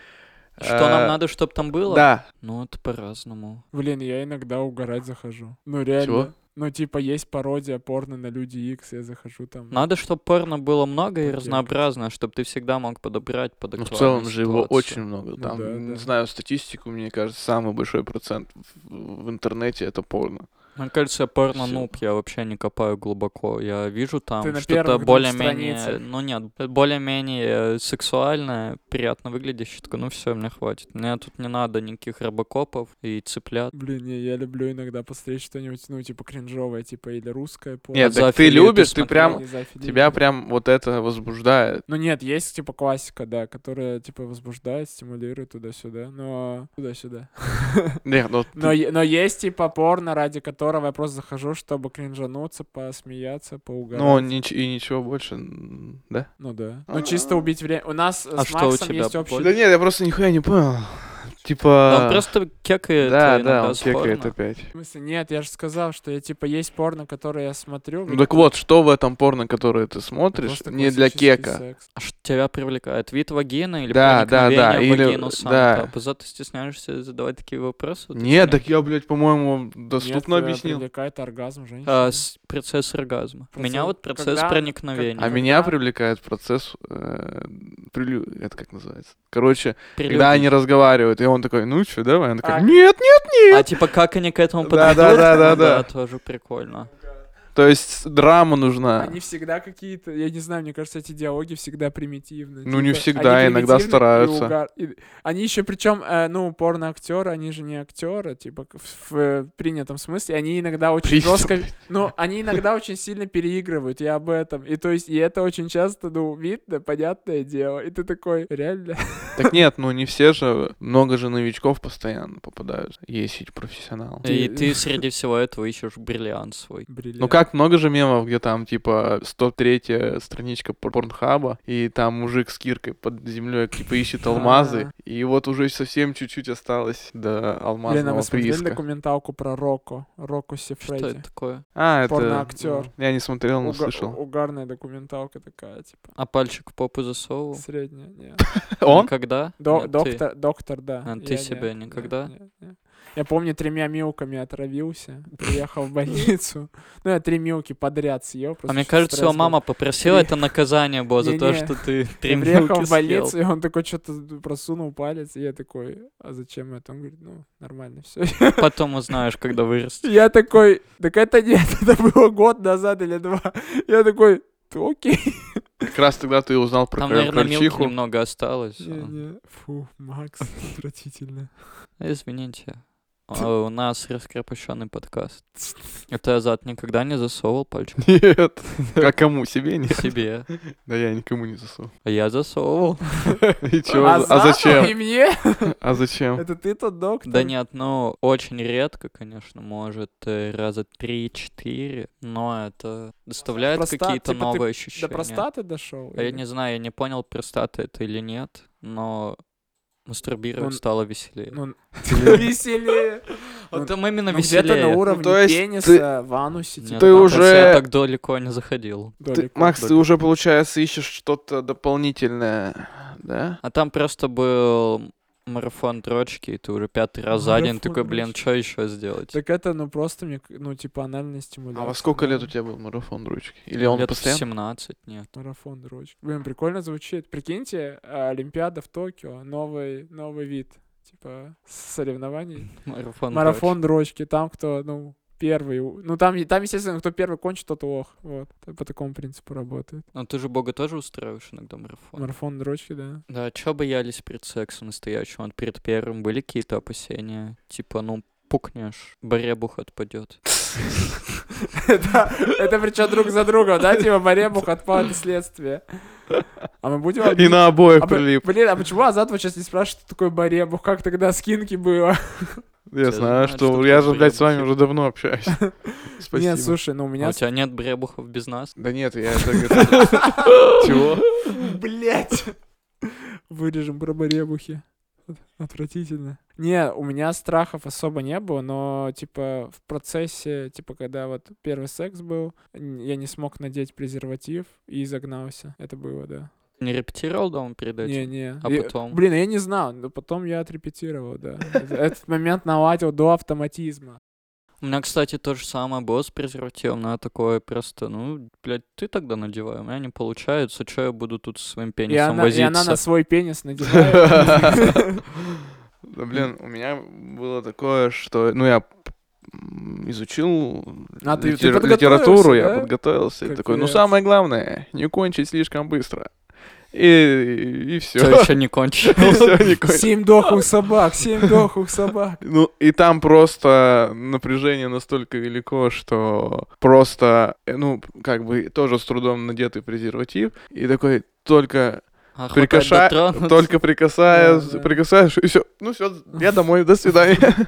Speaker 2: Что
Speaker 3: э,
Speaker 2: нам надо, чтобы там было?
Speaker 3: Да.
Speaker 2: Ну, это по-разному.
Speaker 1: Блин, я иногда угорать захожу. Ну, реально.
Speaker 3: Чего?
Speaker 1: Ну, типа, есть пародия порно на Люди Икс, я захожу там.
Speaker 2: Надо, чтобы порно было много и
Speaker 1: Подделка.
Speaker 2: разнообразно, чтобы ты всегда мог подобрать под
Speaker 3: Ну, в
Speaker 2: актуальную
Speaker 3: целом же его
Speaker 2: ситуацию.
Speaker 3: очень много.
Speaker 1: Ну
Speaker 3: Там,
Speaker 1: да,
Speaker 3: не
Speaker 1: да.
Speaker 3: знаю, статистику, мне кажется, самый большой процент в, в интернете это порно.
Speaker 2: Мне кажется, я порно
Speaker 3: Всё.
Speaker 2: нуб, я вообще не копаю глубоко. Я вижу
Speaker 1: Ты
Speaker 2: там
Speaker 1: на
Speaker 2: что-то
Speaker 1: первых двух
Speaker 2: более-менее,
Speaker 1: страницах.
Speaker 2: ну нет, более-менее э, сексуальное, приятно выглядящее. Такой, ну все, мне хватит. Мне тут не надо никаких робокопов и цыплят.
Speaker 1: Блин, не, я люблю иногда посмотреть что-нибудь, ну, типа, кринжовое, типа, или русское порно.
Speaker 3: Нет,
Speaker 2: за
Speaker 3: так ты
Speaker 2: афилию ты
Speaker 3: любишь, ты,
Speaker 2: смотрел?
Speaker 3: прям...
Speaker 1: или за афилию.
Speaker 3: Тебя прям вот это возбуждает.
Speaker 1: Ну нет, есть, типа, классика, да, которая, типа, возбуждает, стимулирует туда-сюда, но... Туда-сюда.
Speaker 3: Нет, ну,
Speaker 1: Но,
Speaker 3: ты-
Speaker 1: е- но есть, типа, порно, ради которого я просто захожу, чтобы кринжануться, посмеяться, поугарать.
Speaker 3: ну, нич- и ничего больше, м, да?
Speaker 1: Ну да. Ну чисто убить время. У нас э,
Speaker 2: А
Speaker 1: с
Speaker 2: что у
Speaker 1: Максом
Speaker 2: тебя,
Speaker 1: есть общий...
Speaker 2: боль?
Speaker 3: Да нет, я просто нихуя не понял.
Speaker 2: Да он
Speaker 3: Типа...
Speaker 2: просто кекает
Speaker 3: Да,
Speaker 2: иногда
Speaker 3: да, он
Speaker 2: с
Speaker 3: кекает
Speaker 2: порно.
Speaker 3: опять.
Speaker 1: В смысле, нет, я же сказал, что я, типа, есть порно, которое я смотрю.
Speaker 3: Ну так вот, что в этом порно, которое ты смотришь,
Speaker 1: просто
Speaker 3: не для
Speaker 1: классический
Speaker 3: кека.
Speaker 1: секс.
Speaker 2: А что тебя привлекает? Вид вагины или
Speaker 3: Да, да, да,
Speaker 2: проникновение в
Speaker 3: или-
Speaker 2: вагину сам?
Speaker 3: да.
Speaker 2: А поза ты стесняешься задавать такие вопросы? Вот
Speaker 3: Нет,
Speaker 2: эти?
Speaker 3: так я, блядь, по-моему, доступно
Speaker 1: Нет, э,
Speaker 3: объяснил.
Speaker 1: привлекает оргазм женщины.
Speaker 2: А, с- процесс оргазма. Меня
Speaker 1: Процесс-
Speaker 2: вот процесс
Speaker 1: когда-
Speaker 2: проникновения.
Speaker 3: А
Speaker 1: Никогда.
Speaker 3: меня привлекает процесс, э, прелю... это как называется? Короче, когда
Speaker 2: Прелюдия.
Speaker 3: они разговаривают, и он такой, ну что, давай? Она такая,
Speaker 1: А-
Speaker 3: нет, нет.
Speaker 2: А типа как они к этому
Speaker 3: Да,
Speaker 2: подойдут?
Speaker 3: да, да, да,
Speaker 2: Ну
Speaker 3: да.
Speaker 2: тоже прикольно. А
Speaker 3: То есть драма нужна.
Speaker 1: Они всегда какие-то, я не знаю, мне кажется, эти диалоги всегда примитивны.
Speaker 3: Ну, не
Speaker 1: типа,
Speaker 3: всегда,
Speaker 1: они
Speaker 3: иногда
Speaker 1: примитивны и
Speaker 3: стараются.
Speaker 1: угар- и- Они еще причем, э, ну, порно-актеры, они же не актеры, типа, к- в, в, э, принятом смысле, они иногда очень
Speaker 3: Принятом,
Speaker 1: жестко, ну, они иногда очень сильно переигрывают, я об этом. И то есть, и это очень часто, ну, видно, понятное дело. И ты такой, реально?
Speaker 3: Так нет, ну не все же, много же новичков постоянно попадают. Есть ведь профессионалы.
Speaker 1: Ты-
Speaker 2: И ты среди всего этого ищешь бриллиант свой.
Speaker 3: Ну как так много же мемов, где там, типа, 103-я страничка пор- порнхаба, и там мужик с киркой под землей, типа, ищет алмазы, и вот уже совсем чуть-чуть осталось до
Speaker 1: Блин, а
Speaker 3: алмазного
Speaker 1: вы смотрели
Speaker 3: прииска.
Speaker 1: документалку про Рокко? Рокко
Speaker 2: Что
Speaker 1: Сифреди.
Speaker 2: это такое?
Speaker 3: А, это...
Speaker 1: Порноактер.
Speaker 3: Я не смотрел, но
Speaker 1: Уга-
Speaker 3: слышал.
Speaker 1: Угарная документалка такая, типа,
Speaker 2: А пальчик в попу засовывал?
Speaker 1: средняя. не.
Speaker 3: Он?
Speaker 2: Когда?
Speaker 1: До-
Speaker 2: Нет, ты.
Speaker 1: доктор, доктор, да.
Speaker 2: А,
Speaker 1: Я
Speaker 2: ты
Speaker 1: не-
Speaker 2: себя
Speaker 1: не-
Speaker 2: никогда?
Speaker 1: не- не. Я помню, тремя милками отравился, приехал в больницу. Ну, я три милки подряд съел.
Speaker 2: А
Speaker 1: просто
Speaker 2: мне
Speaker 1: чтоб
Speaker 2: кажется, его
Speaker 1: стресс был.
Speaker 2: мама попросила это наказание было за то,
Speaker 1: Не-не.
Speaker 2: что ты три
Speaker 1: Я приехал
Speaker 2: мелки
Speaker 1: в
Speaker 2: съел.
Speaker 1: больницу, и он такой что-то просунул палец, и я такой, а зачем это? Он говорит, ну, нормально все.
Speaker 2: Потом узнаешь, когда вырастешь.
Speaker 1: Я такой, так это нет, это было год назад или два. Я такой, «Да окей.
Speaker 3: Как раз тогда ты узнал про
Speaker 2: Там,
Speaker 3: кроль-
Speaker 2: наверное, мелки
Speaker 3: крольчиху.
Speaker 2: немного осталось.
Speaker 1: Не, не. Фу, Макс, отвратительно.
Speaker 2: А, Извините. А, У нас раскрепощенный подкаст. Это Азат никогда не засовывал пальчик
Speaker 3: Нет. А кому? Себе
Speaker 2: к
Speaker 3: нет?
Speaker 2: себе.
Speaker 3: Да я никому не засу.
Speaker 2: А я засовывал.
Speaker 3: И чё? А
Speaker 1: Азату
Speaker 3: зачем?
Speaker 1: И мне?
Speaker 3: А зачем?
Speaker 1: Это ты тот доктор?
Speaker 2: Да нет, ну, очень редко, конечно, может, э, раза три-четыре, но это доставляет
Speaker 1: Проста-
Speaker 2: какие-то
Speaker 1: типа ты
Speaker 2: новые
Speaker 1: До
Speaker 2: ощущения.
Speaker 1: простаты дошел?
Speaker 2: А Я не знаю, я не понял, простата это или нет, но мастурбировать
Speaker 1: Он-
Speaker 2: стало веселее.
Speaker 1: Ну, веселее.
Speaker 2: вот А там именно
Speaker 1: Ну, Где-то
Speaker 2: веселее.
Speaker 1: на уровне
Speaker 3: то есть
Speaker 1: пениса, в анусе.
Speaker 2: Нет,
Speaker 1: типа,
Speaker 3: Ты
Speaker 2: да,
Speaker 3: уже-
Speaker 2: просто Я так далеко не заходил.
Speaker 1: до
Speaker 3: Ты-
Speaker 1: ликов,
Speaker 3: Макс,
Speaker 1: до
Speaker 3: ты
Speaker 1: ликов.
Speaker 3: уже, получается, ищешь что-то дополнительное, да?
Speaker 2: А там просто был марафон дрочки, и ты уже пятый раз за день
Speaker 1: Марафон
Speaker 2: такой, блин,
Speaker 1: дрочки.
Speaker 2: что еще сделать?
Speaker 1: Так это, ну, просто мне, к- ну, типа, анальная стимуляция.
Speaker 3: А во сколько лет
Speaker 1: да.
Speaker 3: у тебя был марафон ручки? Или он
Speaker 2: Лет в
Speaker 3: постоянно?
Speaker 2: 17, нет.
Speaker 1: Марафон дрочек. Блин, прикольно звучит. Прикиньте, а, Олимпиада в Токио, новый, новый вид, типа, соревнований.
Speaker 2: Марафон,
Speaker 1: Марафон дрочки, там кто, ну, первый, у- ну, там, там, естественно, кто первый кончит, тот лох, вот, по такому принципу работает.
Speaker 2: дрочки. Ну ты же бога тоже устраиваешь иногда марафон.
Speaker 1: Марафон дрочки, да.
Speaker 2: Да, а чё боялись перед сексом настоящим? Вот перед первым были какие-то опасения? Типа, ну, пукнешь, баребух отпадет.
Speaker 1: Да, это причем друг за другом, да, типа Баребух отпал от следствия. А мы будем...
Speaker 3: И
Speaker 1: объяснять?
Speaker 3: на
Speaker 1: А
Speaker 3: обоих
Speaker 1: б-
Speaker 3: прилип.
Speaker 1: Блин, а почему Азат вот сейчас не спрашивает, что такое Баребух, как тогда скинки было?
Speaker 3: Я
Speaker 2: Тебя
Speaker 3: знаю,
Speaker 2: знают,
Speaker 3: что
Speaker 2: что
Speaker 3: я
Speaker 2: ты
Speaker 3: же, блядь, с вами
Speaker 2: поебался.
Speaker 3: уже давно общаюсь.
Speaker 1: Нет,
Speaker 3: Спасибо.
Speaker 1: слушай, ну у
Speaker 2: А
Speaker 1: меня...
Speaker 2: у тебя нет баребухов без нас?
Speaker 3: Да нет, я это... это-
Speaker 1: типа
Speaker 3: Чего?
Speaker 1: Блять! Вырежем про Баребухи. Отвратительно. Не, у меня страхов особо не было, но, типа, в процессе, типа, когда вот первый секс был, н- я не смог надеть презерватив и загнался. Это было, да.
Speaker 2: Не репетировал дома перед этим?
Speaker 1: Не-не.
Speaker 2: А
Speaker 1: И-
Speaker 2: потом?
Speaker 1: Блин, я не знал, но потом я отрепетировал, да. Это- Этот момент наладил до автоматизма.
Speaker 2: У меня, кстати, то же самое было с презервативом. но я такое просто, ну, блядь, ты тогда надевай, у меня не получается, что я буду тут со своим
Speaker 1: И
Speaker 2: пенисом
Speaker 1: она, и
Speaker 2: возиться?
Speaker 1: она на свой пенис надевает.
Speaker 3: Да, блин, у меня было такое, что... Ну, я м, изучил
Speaker 1: А, ты- ты
Speaker 3: литер-
Speaker 1: подготовился,
Speaker 3: литературу, я
Speaker 1: да?
Speaker 3: подготовился. и такой, ну,
Speaker 1: Капец.
Speaker 3: самое главное, не кончить слишком быстро. И, и все.
Speaker 2: Всё еще не кончил.
Speaker 1: Семь дохлых собак, семь дохлых собак.
Speaker 3: Ну, и там просто напряжение настолько велико, что просто, э, ну, как бы тоже с трудом надетый презерватив, и такой только,
Speaker 2: А хватает
Speaker 3: прикоша...
Speaker 2: дотронуться.
Speaker 3: только прикасаясь,
Speaker 1: Да, да.
Speaker 3: прикасаешь, и все, ну все, я домой, до свидания.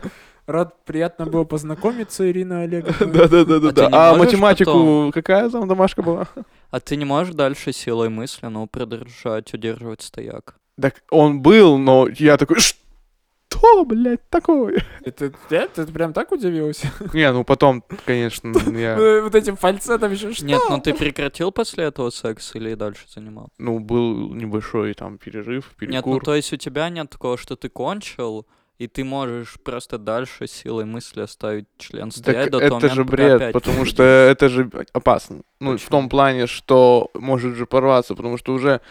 Speaker 1: Рад, приятно было познакомиться, Ирина Олеговна.
Speaker 2: А ты
Speaker 3: Да-да-да-да.
Speaker 2: не
Speaker 3: А
Speaker 2: можешь
Speaker 3: математику
Speaker 2: потом?
Speaker 3: какая там домашка была?
Speaker 2: А ты не можешь дальше силой мысли, ну, продолжать удерживать стояк?
Speaker 3: Так он был, но я такой, что, блядь, такое?
Speaker 1: Это ты ты прям так удивился?
Speaker 3: Не, ну потом, конечно, я,
Speaker 1: Вот этим фальцетом еще что?
Speaker 2: Нет, ну ты прекратил после этого секс или и дальше занимал?
Speaker 3: ну, был небольшой там перерыв,
Speaker 2: Нет, ну
Speaker 3: перекур.
Speaker 2: то есть у тебя нет такого, что ты кончил, и ты можешь просто дальше силой мысли оставить член стоять
Speaker 3: Так
Speaker 2: до того
Speaker 3: это же
Speaker 2: момента, пока
Speaker 3: бред,
Speaker 2: опять
Speaker 3: потому
Speaker 2: не
Speaker 3: что это же опасно. Ну, в
Speaker 2: Почему?
Speaker 3: том плане, что может же порваться, потому что уже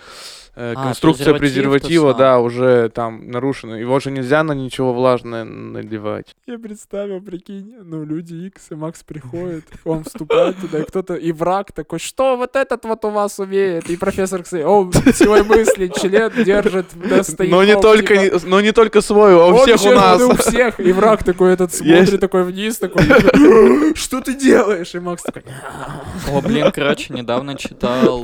Speaker 3: э,
Speaker 2: А,
Speaker 3: конструкция
Speaker 2: презерватив тот
Speaker 3: презерватива,
Speaker 2: самый.
Speaker 3: да, уже там нарушена. Его же нельзя на ничего влажное наливать.
Speaker 1: Я представил, прикинь, ну, люди Икс, и Макс приходит, он вступает туда, и кто-то, и враг такой, что вот этот вот у вас умеет? И профессор кстати, о, силой мысли, член держит до
Speaker 3: но, не
Speaker 1: стояков,
Speaker 3: только,
Speaker 1: типа,
Speaker 3: но не только свой, а у
Speaker 1: «Он
Speaker 3: всех у
Speaker 1: член,
Speaker 3: нас.
Speaker 1: да у всех, и враг такой этот смотрит,
Speaker 3: Есть.
Speaker 1: такой вниз, такой, что ты делаешь? И Макс такой,
Speaker 2: О, блин, короче, недавно читал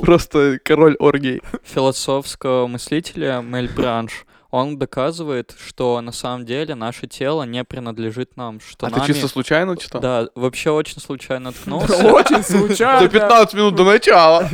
Speaker 3: Просто король оргий.
Speaker 2: философского мыслителя Мель Бранш. он доказывает, что на самом деле наше тело не принадлежит нам, что
Speaker 3: А ты
Speaker 2: нами-
Speaker 3: чисто случайно читал?
Speaker 2: Да, вообще очень случайно наткнулся.
Speaker 1: Очень случайно.
Speaker 3: За 15 минут до начала.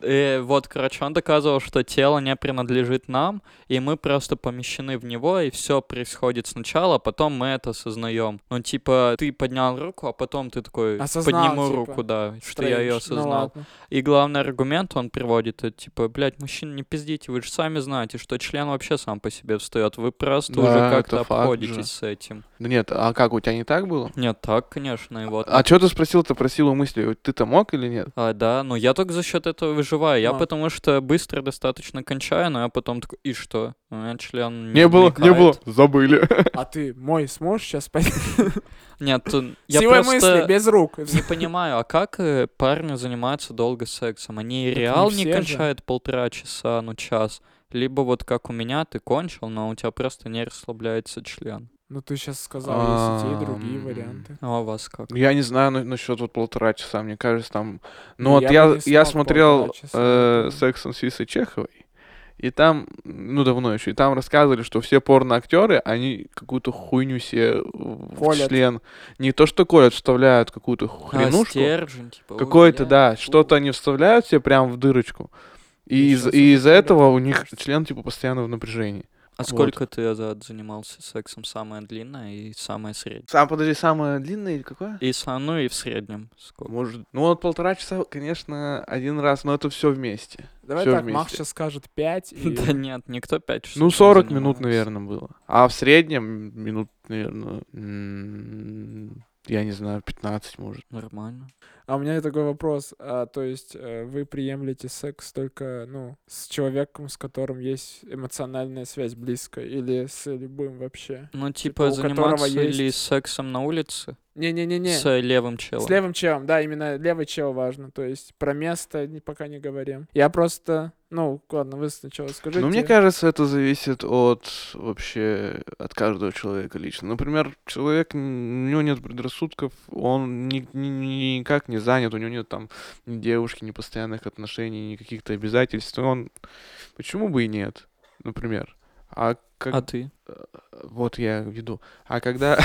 Speaker 2: И вот, короче, он доказывал, что тело не принадлежит нам, и мы просто помещены в него, и все происходит сначала, а потом мы это осознаем. Ну, типа, ты поднял руку, а потом ты такой,
Speaker 1: Осознал,
Speaker 2: подниму
Speaker 1: типа.
Speaker 2: руку, да, что я ее
Speaker 1: Стрэндж. Ну
Speaker 2: осознал.
Speaker 1: ладно.
Speaker 2: и главный аргумент он приводит, это типа, блядь, мужчин, не пиздите, вы же сами знаете, что член вообще сам по себе встает, вы просто
Speaker 3: Да,
Speaker 2: уже
Speaker 3: это
Speaker 2: как-то
Speaker 3: факт же.
Speaker 2: обходитесь с этим.
Speaker 3: Да нет, а как, у тебя не так было?
Speaker 2: Нет, так, конечно, и вот.
Speaker 3: А что ты спросил-то про силу мысли? Ты-то мог или нет?
Speaker 2: А, да, но я только за счет этого выживаю. Я
Speaker 1: А.
Speaker 2: потому что быстро достаточно кончаю, но я потом такой, и что? У меня член
Speaker 3: Не было, не
Speaker 2: мелькает».
Speaker 3: было, забыли.
Speaker 1: А ты мой сможешь сейчас пойти?
Speaker 2: Нет, тут я
Speaker 1: Силой
Speaker 2: просто
Speaker 1: мысли, без рук.
Speaker 2: не понимаю, а как э, парни занимаются долго сексом? Они
Speaker 1: не
Speaker 2: реал не,
Speaker 1: все же.
Speaker 2: кончают полтора часа, ну час. Либо вот как у меня, ты кончил, но у тебя просто не расслабляется член.
Speaker 1: Ну ты сейчас сказал,
Speaker 3: А,
Speaker 1: есть и те, и другие
Speaker 3: Ам.
Speaker 1: варианты.
Speaker 2: А у вас как?
Speaker 3: Я не знаю на- насчет вот полтора часа, мне кажется, там...
Speaker 1: Не,
Speaker 3: Ну вот
Speaker 1: я бы
Speaker 3: я,
Speaker 1: не
Speaker 3: я
Speaker 1: смог
Speaker 3: смотрел
Speaker 1: полтора часа,
Speaker 3: э,
Speaker 1: наверное.
Speaker 3: «Секс and City» Чеховой, и там, ну давно еще, и там рассказывали, что все порноактеры, они какую-то хуйню себе в
Speaker 1: Колят.
Speaker 3: член. Не то что колят, вставляют какую-то
Speaker 2: А,
Speaker 3: хренушку.
Speaker 2: стержень, типа. ой,
Speaker 3: Какое-то,
Speaker 2: блядь,
Speaker 3: да,
Speaker 2: фу.
Speaker 3: что-то они вставляют себе прям в дырочку. И, из-
Speaker 1: Ничего
Speaker 3: и
Speaker 1: себе,
Speaker 3: из-за
Speaker 1: ребята,
Speaker 3: этого у
Speaker 1: мне
Speaker 3: них
Speaker 1: кажется.
Speaker 3: член типа постоянно в напряжении.
Speaker 2: А сколько ты назад занимался сексом? Самое длинное и самое среднее?
Speaker 3: Сам, подожди, самое длинное или какое?
Speaker 2: И со ну и в среднем сколько?
Speaker 3: Может, ну вот полтора часа, конечно, один раз, но это все вместе.
Speaker 1: Давай
Speaker 3: всё
Speaker 1: так, Мах
Speaker 3: вместе.
Speaker 1: сейчас скажет 5. и-
Speaker 2: Да нет, никто 5 часов.
Speaker 3: Ну,
Speaker 2: не
Speaker 3: 40
Speaker 2: занимается.
Speaker 3: минут, наверное, было. А в среднем минут, наверное, м, я не знаю, 15, может.
Speaker 2: Нормально.
Speaker 1: А у меня такой вопрос. А, то есть э, вы приемлете секс только, ну, с человеком, с которым есть эмоциональная связь близкая, или с любым вообще?
Speaker 2: Ну, типа,
Speaker 1: у которого
Speaker 2: заниматься или
Speaker 1: есть-
Speaker 2: сексом на улице
Speaker 1: Не-не-не-не.
Speaker 2: с э, левым челом.
Speaker 1: С левым челом, да, именно левый чел важно. То есть про место не- пока не говорим. Я просто, ну, ладно, вы сначала скажите.
Speaker 3: Ну, мне кажется, это зависит от вообще, от каждого человека лично. Например, человек, м, у него нет предрассудков, он ни- ни- ни- никак не занят, у него нет там ни девушки, ни постоянных отношений, ни каких-то обязательств. и Он, почему бы и нет, например. А как...
Speaker 2: А ты?
Speaker 3: Вот я веду. А когда...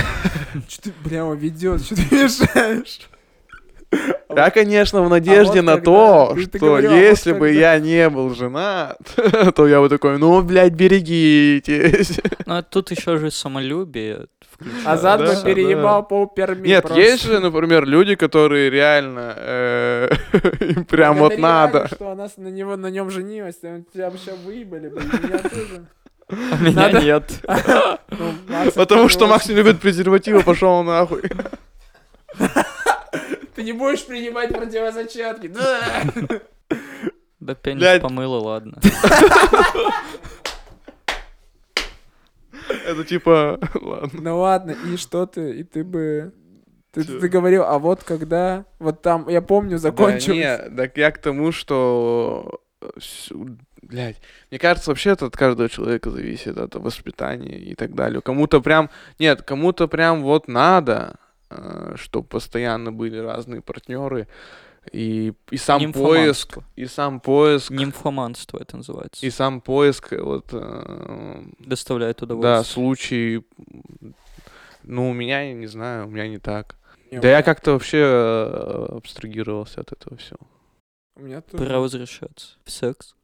Speaker 1: Что ты, бля, он ведет, что ты мешаешь? А
Speaker 3: Я, конечно, в надежде
Speaker 1: вот
Speaker 3: на
Speaker 1: когда-
Speaker 3: то,
Speaker 1: ты- ты
Speaker 3: что
Speaker 1: говорил, а вот
Speaker 3: если бы
Speaker 1: когда-
Speaker 3: я не был женат, то я бы такой, ну, блядь, берегитесь.
Speaker 2: Ну, а тут еще же самолюбие включается.
Speaker 1: А заодно
Speaker 3: да.
Speaker 1: переебал пол Перми
Speaker 3: Нет,
Speaker 1: просто.
Speaker 3: есть же, например, люди, которые реально э, им
Speaker 1: Я
Speaker 3: прям вот
Speaker 1: говорю, реально,
Speaker 3: надо.
Speaker 1: что она с- на него на нем женилась, там, тебя вообще выебали, блин, меня тоже.
Speaker 2: А меня
Speaker 1: Надо-
Speaker 2: нет.
Speaker 1: Ну, Макс,
Speaker 3: Потому что
Speaker 1: отказывался.
Speaker 3: Макс не любит презервативы, пошел нахуй.
Speaker 1: Ты не будешь принимать противозачатки. Да.
Speaker 2: Да пенис
Speaker 3: Блядь.
Speaker 2: помыла, ладно.
Speaker 3: Это типа, ладно.
Speaker 1: Ну ладно, и что ты, и ты бы... Ты,
Speaker 3: Чё?
Speaker 1: ты говорил, а вот когда, вот там, я помню,
Speaker 3: Да
Speaker 1: закончилось.
Speaker 3: не, так я к тому, что... э, всю- Блядь, мне кажется, вообще это от каждого человека зависит, от воспитания и так далее. Кому-то прям... Нет, кому-то прям вот надо, чтобы постоянно были разные партнеры. И, и сам поиск,
Speaker 2: Нимфоманство.
Speaker 3: и сам поиск,
Speaker 2: Нимфоманство это называется.
Speaker 3: и сам поиск, э, вот, э,
Speaker 2: Доставляет
Speaker 3: да,
Speaker 2: удовольствие.
Speaker 3: случай, м, ну, у меня, я не знаю, у меня не так.
Speaker 1: Не,
Speaker 3: Да
Speaker 1: у
Speaker 3: я
Speaker 1: меня-
Speaker 3: как-то вообще э, абстрагировался от этого всего.
Speaker 1: У меня тоже.
Speaker 2: Пора возвращаться. В секс.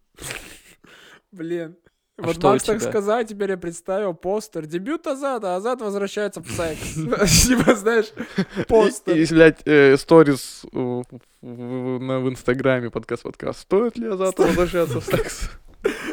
Speaker 1: Блин.
Speaker 2: А
Speaker 1: Вот
Speaker 2: что у
Speaker 1: Макс так
Speaker 2: тебя?
Speaker 1: сказал, теперь я представил постер. Дебют Азата, а Азат возвращается в секс. Типа, знаешь,
Speaker 3: И,
Speaker 1: постер.
Speaker 3: и, блядь, э, сторис э, в, в- на- в Инстаграме подкаст-подкаст. Стоит ли Азату возвращаться в секс?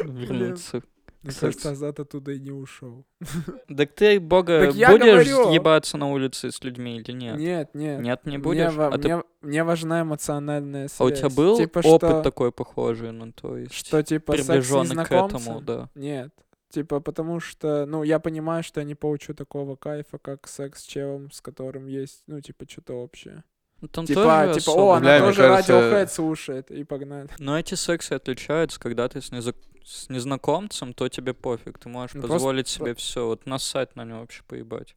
Speaker 2: Вернуться.
Speaker 1: Мне
Speaker 2: Кстати.
Speaker 1: кажется, Азат оттуда и не ушел.
Speaker 2: Так ты, бога,
Speaker 1: Так я
Speaker 2: будешь
Speaker 1: говорю.
Speaker 2: ебаться на улице с людьми или нет?
Speaker 1: Нет, нет.
Speaker 2: Нет, не
Speaker 1: Мне
Speaker 2: будешь?
Speaker 1: ва-
Speaker 2: А ты-
Speaker 1: мне- Мне важна эмоциональная связь.
Speaker 2: а у тебя был
Speaker 1: Типа,
Speaker 2: опыт
Speaker 1: что-
Speaker 2: такой похожий, ну то есть
Speaker 1: Что, типа, секс с
Speaker 2: приближенный к этому,
Speaker 1: незнакомцем?
Speaker 2: да.
Speaker 1: Нет. Типа, потому что, ну, я понимаю, что я не получу такого кайфа, как секс с челом, с которым есть, ну, типа, что-то общее.
Speaker 2: Ну, там
Speaker 1: Типа,
Speaker 2: тоже
Speaker 1: типа,
Speaker 2: особо
Speaker 1: о, она
Speaker 3: Бля, мне
Speaker 1: тоже
Speaker 3: кажется-
Speaker 1: радиохэд слушает, и погнали.
Speaker 2: Но эти сексы отличаются, когда ты с, неза- с незнакомцем, то тебе пофиг, ты можешь
Speaker 1: Ну, просто-
Speaker 2: позволить себе все, вот нассать на него вообще поебать.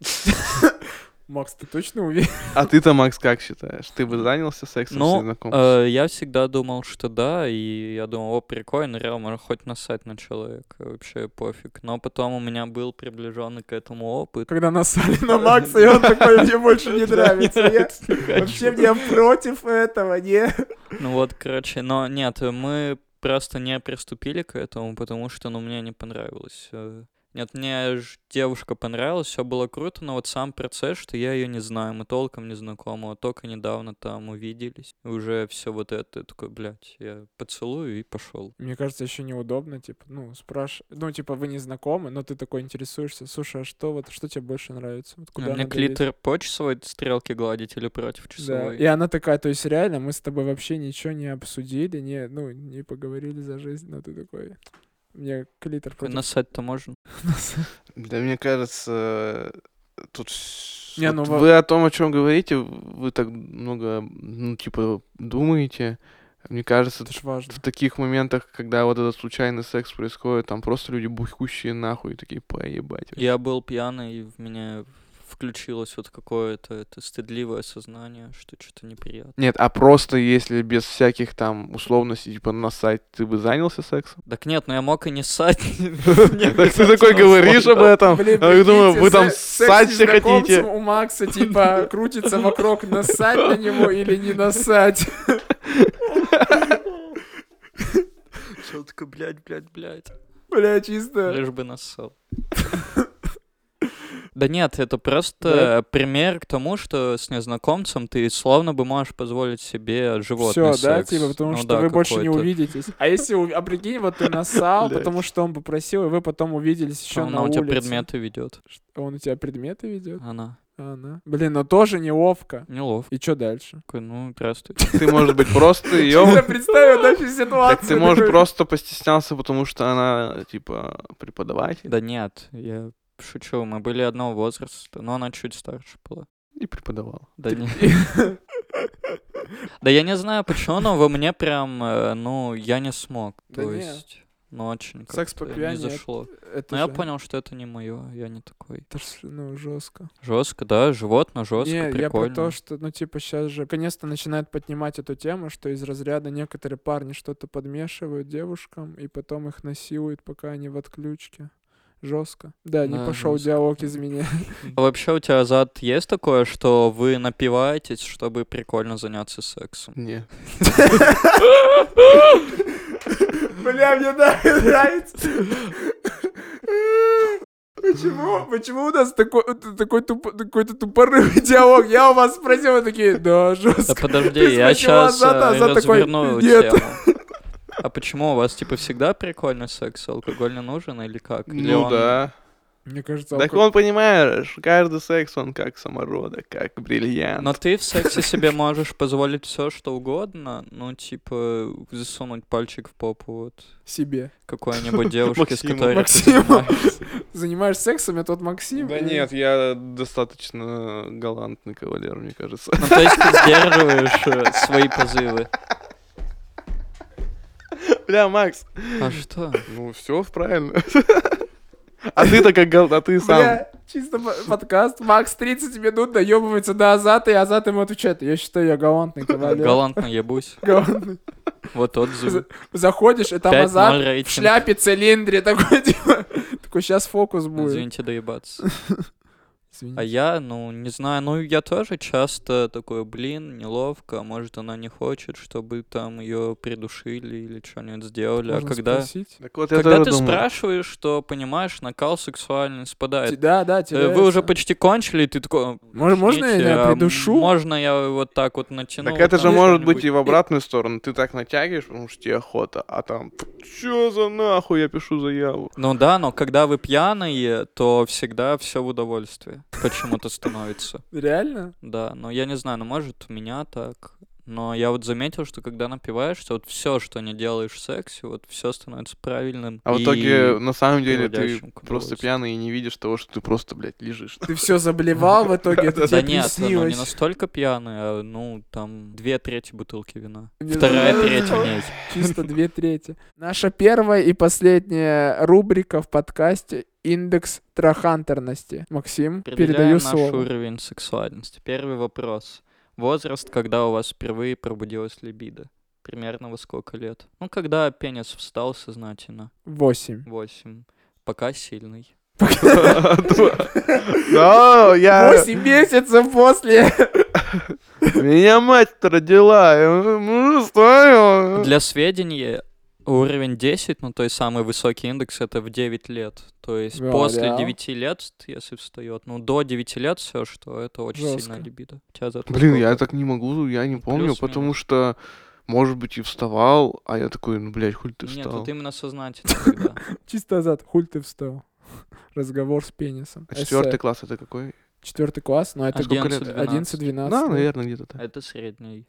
Speaker 1: Макс, ты точно уверен?
Speaker 3: А ты-то, Макс, как считаешь? Ты бы занялся сексом
Speaker 2: Ну,
Speaker 3: с незнакомцем?
Speaker 2: Э, Я всегда думал, что да, и я думал, о, прикольно, реально, можно хоть насать на человека, вообще пофиг. Но потом у меня был приближенный к этому опыт.
Speaker 1: Когда насали на Макса, и он такой, мне больше не нравится. Я
Speaker 2: нравится, конечно.
Speaker 1: Вообще мне против э, этого, не?
Speaker 2: Ну вот, короче, но нет, мы просто не приступили к этому, потому что, ну, мне не понравилось. э. Нет, мне ж девушка понравилась, все было круто, но вот сам процесс, что я ее не знаю, мы толком не знакомы, вот только недавно там увиделись, и уже все вот это, я такой, блядь, я поцелую и пошел.
Speaker 1: Мне кажется, еще неудобно, типа, ну, спрашивать, ну, типа, вы не знакомы, но ты такой интересуешься, слушай, а что вот, что тебе больше нравится? Вот куда
Speaker 2: А, мне
Speaker 1: надо лезть?»
Speaker 2: клитер по часовой стрелке гладить или против
Speaker 1: Да,
Speaker 2: часовой?
Speaker 1: и она такая, то есть реально мы с тобой вообще ничего не обсудили, не, ну, не поговорили за жизнь, но ты такой, мне клитор против
Speaker 2: Насать-то можно?
Speaker 1: носа».
Speaker 3: Да мне кажется, э, тут... с-
Speaker 1: Не,
Speaker 3: вот
Speaker 1: ну, во-
Speaker 3: Вы о том, о чем говорите, вы так много, ну, типа, думаете. Мне кажется,
Speaker 1: Это ж важно.
Speaker 3: в таких моментах, когда вот этот случайный секс происходит, там просто люди бухущие нахуй, такие, поебать.
Speaker 2: Я был пьяный, и в меня включилось вот какое-то это стыдливое сознание, что что-то неприятно.
Speaker 3: Нет, а просто если без всяких там условностей, типа, насать, ты бы занялся сексом?
Speaker 2: Так нет, ну я мог и не ссать. Мне
Speaker 3: Так
Speaker 1: ну,
Speaker 3: ты такой
Speaker 2: обязательно
Speaker 3: говоришь об
Speaker 2: сложно.
Speaker 3: этом,
Speaker 1: Блин,
Speaker 3: а я думаю,
Speaker 1: прикиньте,
Speaker 3: вы там
Speaker 1: се- секс
Speaker 3: ссать
Speaker 1: с
Speaker 3: все
Speaker 1: незнакомцем
Speaker 3: хотите.
Speaker 1: У Макса, типа, крутится вокруг, насать на него или не насать.
Speaker 2: Всё такое, блядь, блядь, блядь.
Speaker 1: Бля, чисто.
Speaker 2: Лишь бы нассал. Да нет, это
Speaker 1: Да.
Speaker 2: просто пример к тому, что с незнакомцем ты словно бы можешь позволить себе животный
Speaker 1: Все, да,
Speaker 2: секс.
Speaker 1: типа, потому
Speaker 2: Ну
Speaker 1: что
Speaker 2: да,
Speaker 1: вы больше не
Speaker 2: какой-то.
Speaker 1: увидитесь. А если, у- а прикинь, вот ты насал,
Speaker 3: Блядь.
Speaker 1: потому что он попросил, и вы потом увиделись еще
Speaker 2: А Она
Speaker 1: на
Speaker 2: у
Speaker 1: улице.
Speaker 2: тебя предметы ведет.
Speaker 1: Он у тебя предметы ведет?
Speaker 2: Она.
Speaker 1: А Она. Блин, но тоже неловко.
Speaker 2: Неловко.
Speaker 1: И что дальше?
Speaker 2: Такой, Ну, здравствуй.
Speaker 3: Ты, может быть, просто ее...
Speaker 1: Я представил дальше
Speaker 3: Так
Speaker 1: ситуацию.
Speaker 3: ты, может,
Speaker 1: такой,
Speaker 3: просто постеснялся, потому что она, типа, преподаватель.
Speaker 2: Да нет, я шучу, мы были одного возраста, но она чуть старше была.
Speaker 3: И преподавал.
Speaker 2: Да, не- да я не знаю почему, но во мне прям, э, ну, я не смог.
Speaker 1: Да
Speaker 2: То
Speaker 1: не.
Speaker 2: есть, ну, очень
Speaker 1: Секс по
Speaker 2: как-то
Speaker 1: пьяни
Speaker 2: не
Speaker 1: это-
Speaker 2: зашло.
Speaker 1: Это
Speaker 2: Но Ну, я
Speaker 1: же-
Speaker 2: понял, что это не мое, я не такой.
Speaker 1: Это ж, ну, жестко.
Speaker 2: Жестко, да, животное жестко,
Speaker 1: Не, я
Speaker 2: прикольно.
Speaker 1: про то, что, ну, типа, сейчас же, наконец-то начинают поднимать эту тему, что из разряда некоторые парни что-то подмешивают девушкам, и потом их насилуют, пока они в отключке. Жестко. Да, не
Speaker 2: Да,
Speaker 1: пошел
Speaker 2: жестко.
Speaker 1: диалог из меня.
Speaker 2: А вообще у тебя зад есть такое, что вы напиваетесь, чтобы прикольно заняться сексом?
Speaker 3: Не.
Speaker 1: Бля, мне да- нравится. Почему? Почему у нас такой, э, такой тупо- какой-то тупорый диалог? Я у вас спросил, вы такие, да,
Speaker 2: Да
Speaker 1: жестко.
Speaker 2: подожди,
Speaker 1: Ты спросила
Speaker 2: я сейчас
Speaker 1: Азата, Азат такой,
Speaker 2: разверну
Speaker 1: «Нет».
Speaker 2: тему. А почему у вас типа всегда прикольный секс? Алкоголь не нужен или как? Или
Speaker 3: Ну
Speaker 2: он-
Speaker 3: да.
Speaker 1: Мне кажется,
Speaker 3: Так
Speaker 1: алкоголь-
Speaker 3: он, понимаешь, каждый секс, он как самородок, как бриллиант.
Speaker 2: Но ты в сексе себе можешь позволить все, что угодно, ну, типа, засунуть пальчик в попу вот
Speaker 1: себе.
Speaker 2: какой-нибудь девушке, с
Speaker 3: Максиму.
Speaker 2: которой ты
Speaker 1: Максиму.
Speaker 2: занимаешься.
Speaker 1: Занимаешься сексом, а тот Максим.
Speaker 3: Да
Speaker 1: и-
Speaker 3: нет, я достаточно галантный кавалер, мне кажется.
Speaker 2: Ну, то есть ты сдерживаешь э, свои позывы.
Speaker 3: Бля, Макс.
Speaker 2: А что?
Speaker 3: Ну, все правильно. А ты-то как гал... А ты сам...
Speaker 1: Бля, чисто по- подкаст. Макс 30 минут доебывается до Азата, и Азат ему отвечает. Я считаю, я галантный кавалер.
Speaker 2: Галантно ебусь.
Speaker 1: Галантный.
Speaker 2: Вот отзывы.
Speaker 1: Заходишь, и там
Speaker 2: 5-0
Speaker 1: Азат в
Speaker 2: рейтинг.
Speaker 1: шляпе, цилиндре, такой, типа, такой, сейчас фокус будет.
Speaker 2: Извините, доебаться. А
Speaker 1: Извини.
Speaker 2: я, ну, не знаю, ну, я тоже часто такой, блин, неловко, может, она не хочет, чтобы там ее придушили или что-нибудь сделали. А
Speaker 1: Можно
Speaker 2: когда...
Speaker 1: спросить?
Speaker 3: Так вот, я
Speaker 2: Когда
Speaker 3: тоже
Speaker 2: ты
Speaker 3: думаю.
Speaker 2: спрашиваешь, что, понимаешь, накал сексуальный спадает.
Speaker 1: Ти- Да, да,
Speaker 2: Э,
Speaker 1: теряется.
Speaker 2: Вы уже почти кончили, и ты такой...
Speaker 1: Мож- можно я
Speaker 2: «Извините,
Speaker 1: тебя
Speaker 2: а
Speaker 1: придушу?»
Speaker 2: Можно я вот так вот натяну?
Speaker 3: Так это
Speaker 2: там
Speaker 3: же может быть и
Speaker 2: что-нибудь?»
Speaker 3: в обратную сторону. Ты так натягиваешь, потому что тебе охота, а там чё за нахуй, я пишу заяву.
Speaker 2: Ну да, но когда вы пьяные, то всегда все в удовольствии. Почему-то становится.
Speaker 1: Реально?
Speaker 2: Да, но я не знаю, ну может у меня так. Но я вот заметил, что когда напиваешься, вот все, что не делаешь в сексе, вот все становится правильным.
Speaker 3: А в
Speaker 2: и-
Speaker 3: итоге, на самом деле, ты
Speaker 2: приводящим к
Speaker 3: просто
Speaker 2: удовольствию.
Speaker 3: пьяный и не видишь того, что ты просто, блядь, лежишь.
Speaker 1: Ты все заблевал в итоге, это тебе
Speaker 2: Да нет, ну не
Speaker 1: приснилось.
Speaker 2: настолько пьяный, а ну там две трети бутылки вина.
Speaker 1: Не
Speaker 2: Вторая
Speaker 1: знаю.
Speaker 2: треть в ней.
Speaker 1: Чисто две трети. Наша первая и последняя рубрика в подкасте индекс трахантерности. Максим,
Speaker 2: Определяем
Speaker 1: передаю
Speaker 2: наш
Speaker 1: слово.
Speaker 2: уровень сексуальности. Первый вопрос. Возраст, когда у вас впервые пробудилась либидо? Примерно во сколько лет? Ну, когда пенис встал сознательно.
Speaker 1: Восемь.
Speaker 2: Восемь. Пока сильный.
Speaker 3: Да, я...
Speaker 1: Восемь месяцев после.
Speaker 3: Меня мать родила. я, ну,
Speaker 1: Э.
Speaker 3: знаю.
Speaker 2: Для сведения, уровень 10, ну, то есть самый высокий индекс, это в 9 лет. То есть
Speaker 1: Да,
Speaker 2: после
Speaker 1: да.
Speaker 2: 9 лет, если встает, ну, до 9 лет все, что это очень сильная
Speaker 1: Жёстко.
Speaker 2: либидо. У тебя за это
Speaker 3: Блин, я
Speaker 2: сколько?
Speaker 3: так не могу, я не помню,
Speaker 2: Плюс-минус.
Speaker 3: потому что, может быть, и вставал, а я такой, ну, блядь, хуй ты
Speaker 2: Нет,
Speaker 3: встал.
Speaker 2: вот именно сознательно когда.
Speaker 1: Чисто назад. Хуль ты встал. Разговор с пенисом.
Speaker 3: А четвертый класс это какой?
Speaker 1: Эссе. Четвертый класс, но это
Speaker 3: А сколько
Speaker 2: 11,
Speaker 3: лет?
Speaker 2: 12.
Speaker 1: 11-12.
Speaker 3: Да, наверное, где-то
Speaker 2: А
Speaker 3: так.
Speaker 2: Это средний.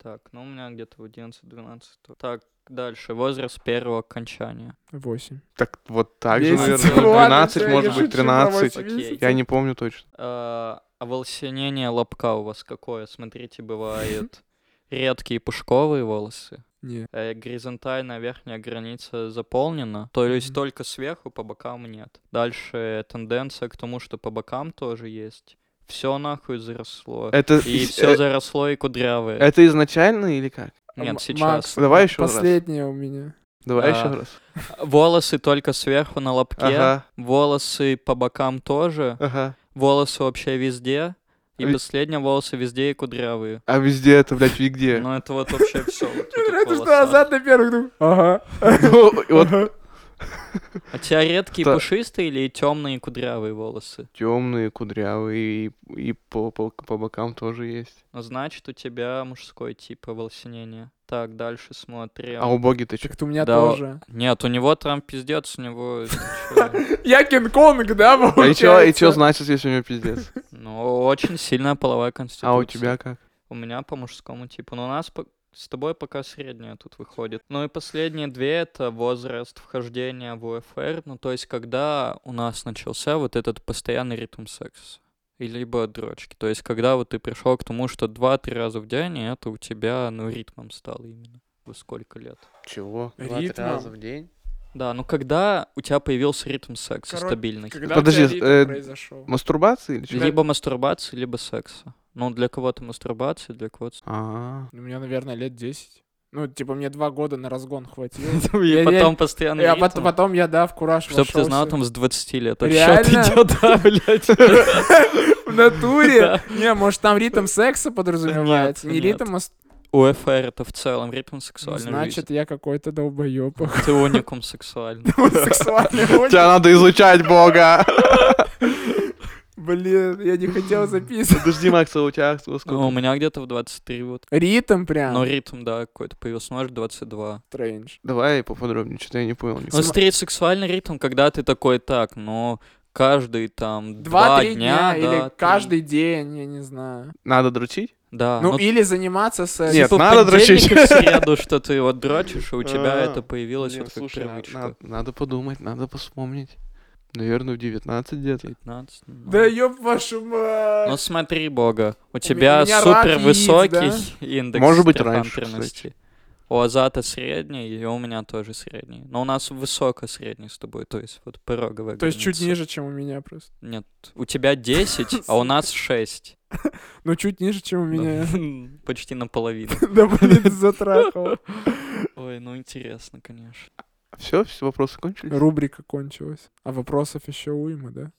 Speaker 2: Так, ну у меня где-то в 11-12. то- Так, дальше. Возраст первого окончания.
Speaker 1: Восемь.
Speaker 3: Так вот так же,
Speaker 2: Месяц.
Speaker 3: наверное.
Speaker 2: Ладно,
Speaker 3: 12,
Speaker 2: всё, я
Speaker 3: может быть,
Speaker 2: шучу,
Speaker 3: 13.
Speaker 2: восемь месяцев.
Speaker 3: Я не помню точно.
Speaker 2: А, Оволосенение лобка у вас какое? Смотрите, бывает редкие пушковые волосы.
Speaker 1: Нет.
Speaker 2: э, Горизонтальная верхняя граница заполнена, то есть
Speaker 1: Мгм.
Speaker 2: только сверху, по бокам нет. Дальше тенденция к тому, что по бокам тоже есть. Все нахуй заросло.
Speaker 3: Это,
Speaker 2: И
Speaker 3: из-
Speaker 2: все
Speaker 3: э,
Speaker 2: заросло и кудрявое.
Speaker 3: это изначально или как?
Speaker 1: М-
Speaker 2: Нет, сейчас.
Speaker 1: Макс,
Speaker 3: Давай еще раз.
Speaker 1: Последнее у меня.
Speaker 3: Давай
Speaker 2: А,
Speaker 3: еще раз.
Speaker 2: Волосы только сверху на лобке.
Speaker 3: Ага,
Speaker 2: Волосы по бокам тоже.
Speaker 3: ага.
Speaker 2: Волосы вообще везде. И
Speaker 3: Ви-
Speaker 2: последнее, волосы везде и кудрявые.
Speaker 3: А везде это, блядь, вигде.
Speaker 2: Ну, это вот вообще все.
Speaker 1: Мне нравится, что назад на первых двух. Ага.
Speaker 3: Ну, и вот
Speaker 2: А тебя редкие
Speaker 3: Да.
Speaker 2: пушистые или темные кудрявые волосы?
Speaker 3: темные, кудрявые, и, и по, по, по бокам тоже есть.
Speaker 2: Ну, значит, у тебя мужской тип оволосенения. Так, дальше смотрим.
Speaker 3: А у боги-то что?
Speaker 1: Так у меня
Speaker 2: Да.
Speaker 1: тоже.
Speaker 2: Нет, у него там пиздец, у него... ты чё?
Speaker 1: Я Кинг-Конг, да,
Speaker 3: А и чё, и
Speaker 1: получается?
Speaker 3: чё значит, если у него пиздец?
Speaker 2: Ну, очень сильная половая конституция.
Speaker 3: А у тебя как?
Speaker 2: У меня по мужскому типу. Но у нас по- с тобой пока средняя тут выходит. Ну и последние две — это возраст вхождения в УФР. Ну, то есть, когда у нас начался вот этот постоянный ритм секса. И либо дрочки. То есть, когда вот ты пришел к тому, что два-три раза в день, и это у тебя, ну, ритмом стало именно. Во сколько лет?
Speaker 3: Чего?
Speaker 1: Два-три Ритмом. раза
Speaker 3: в день?
Speaker 2: Да, ну когда у тебя появился ритм секса
Speaker 1: Короче,
Speaker 2: стабильный?
Speaker 1: Когда
Speaker 3: Подожди,
Speaker 1: у тебя ритм
Speaker 3: э,
Speaker 1: произошел?
Speaker 3: Мастурбация или что?
Speaker 2: Либо мастурбации, либо секса. Ну, для кого-то мастурбация, для кого-то...
Speaker 3: А,
Speaker 1: У меня, наверное, лет 10. Ну, типа, мне два года на разгон хватило.
Speaker 2: И
Speaker 1: Я-
Speaker 2: потом постоянно
Speaker 1: Я потом, потом я, да, в кураж
Speaker 2: Чтоб ты знал,
Speaker 1: вошёлся.
Speaker 2: там с 20 лет.
Speaker 1: Реально?
Speaker 2: идет, да, блядь.
Speaker 1: В натуре?
Speaker 2: Да.
Speaker 1: Не, может, там ритм секса подразумевается?
Speaker 2: Нет,
Speaker 1: Не
Speaker 2: нет.
Speaker 1: ритм, а с-
Speaker 2: УФР это в целом ритм сексуальной
Speaker 1: значит, я какой-то долбоёб.
Speaker 2: жизни. Ты уникум сексуальный.
Speaker 1: Сексуальный очень.
Speaker 3: Тебя надо изучать бога!
Speaker 1: Блин, я не хотел записывать.
Speaker 3: Подожди, Макс, а у тебя сколько?
Speaker 2: Ну, у меня где-то в 23 вот.
Speaker 1: Ритм
Speaker 2: Но
Speaker 1: прям.
Speaker 2: ритм, да, какой-то появился, ну, может, 22.
Speaker 1: Стрэндж.
Speaker 3: Давай поподробнее, что-то я не понял.
Speaker 2: Ну,
Speaker 3: нихуя.
Speaker 2: смотри, сексуальный ритм, когда ты такой, так, но каждый там два
Speaker 1: Два-три дня
Speaker 2: дня, да,
Speaker 1: или
Speaker 2: три.
Speaker 1: каждый день, я не знаю.
Speaker 3: Надо дрочить?
Speaker 2: Да,
Speaker 1: Ну,
Speaker 2: ну,
Speaker 1: или заниматься сексом.
Speaker 3: Нет,
Speaker 2: типа
Speaker 3: надо
Speaker 2: понедельник и
Speaker 3: дрочить.
Speaker 2: в среду, что ты вот дрочишь, и у тебя
Speaker 3: А,
Speaker 2: это появилось
Speaker 3: Блин,
Speaker 2: вот как
Speaker 3: слушай, на-
Speaker 2: привычка.
Speaker 3: на- надо подумать, надо вспомнить. Наверное, в 19 где-то.
Speaker 2: 15, ну.
Speaker 1: Да ёб вашу
Speaker 2: Ну
Speaker 1: мать.
Speaker 2: смотри, бога, у
Speaker 1: меня
Speaker 2: тебя
Speaker 1: рак
Speaker 2: супер высокий
Speaker 1: яиц,
Speaker 2: индекс
Speaker 3: Может быть, раньше,
Speaker 2: трехантерности. У Азата средний, и у меня тоже средний. Но у нас высоко средний с тобой, то есть вот пороговая
Speaker 1: То есть чуть
Speaker 2: граница.
Speaker 1: ниже, чем у меня просто.
Speaker 2: Нет, у тебя 10, а у нас 6.
Speaker 1: Ну, чуть ниже, чем у меня.
Speaker 2: Ну, Почти наполовину.
Speaker 1: Да, блин, затрахал.
Speaker 2: Ой, ну интересно, конечно.
Speaker 3: Все, все вопросы кончились?
Speaker 1: Рубрика кончилась. А вопросов еще уйма, да?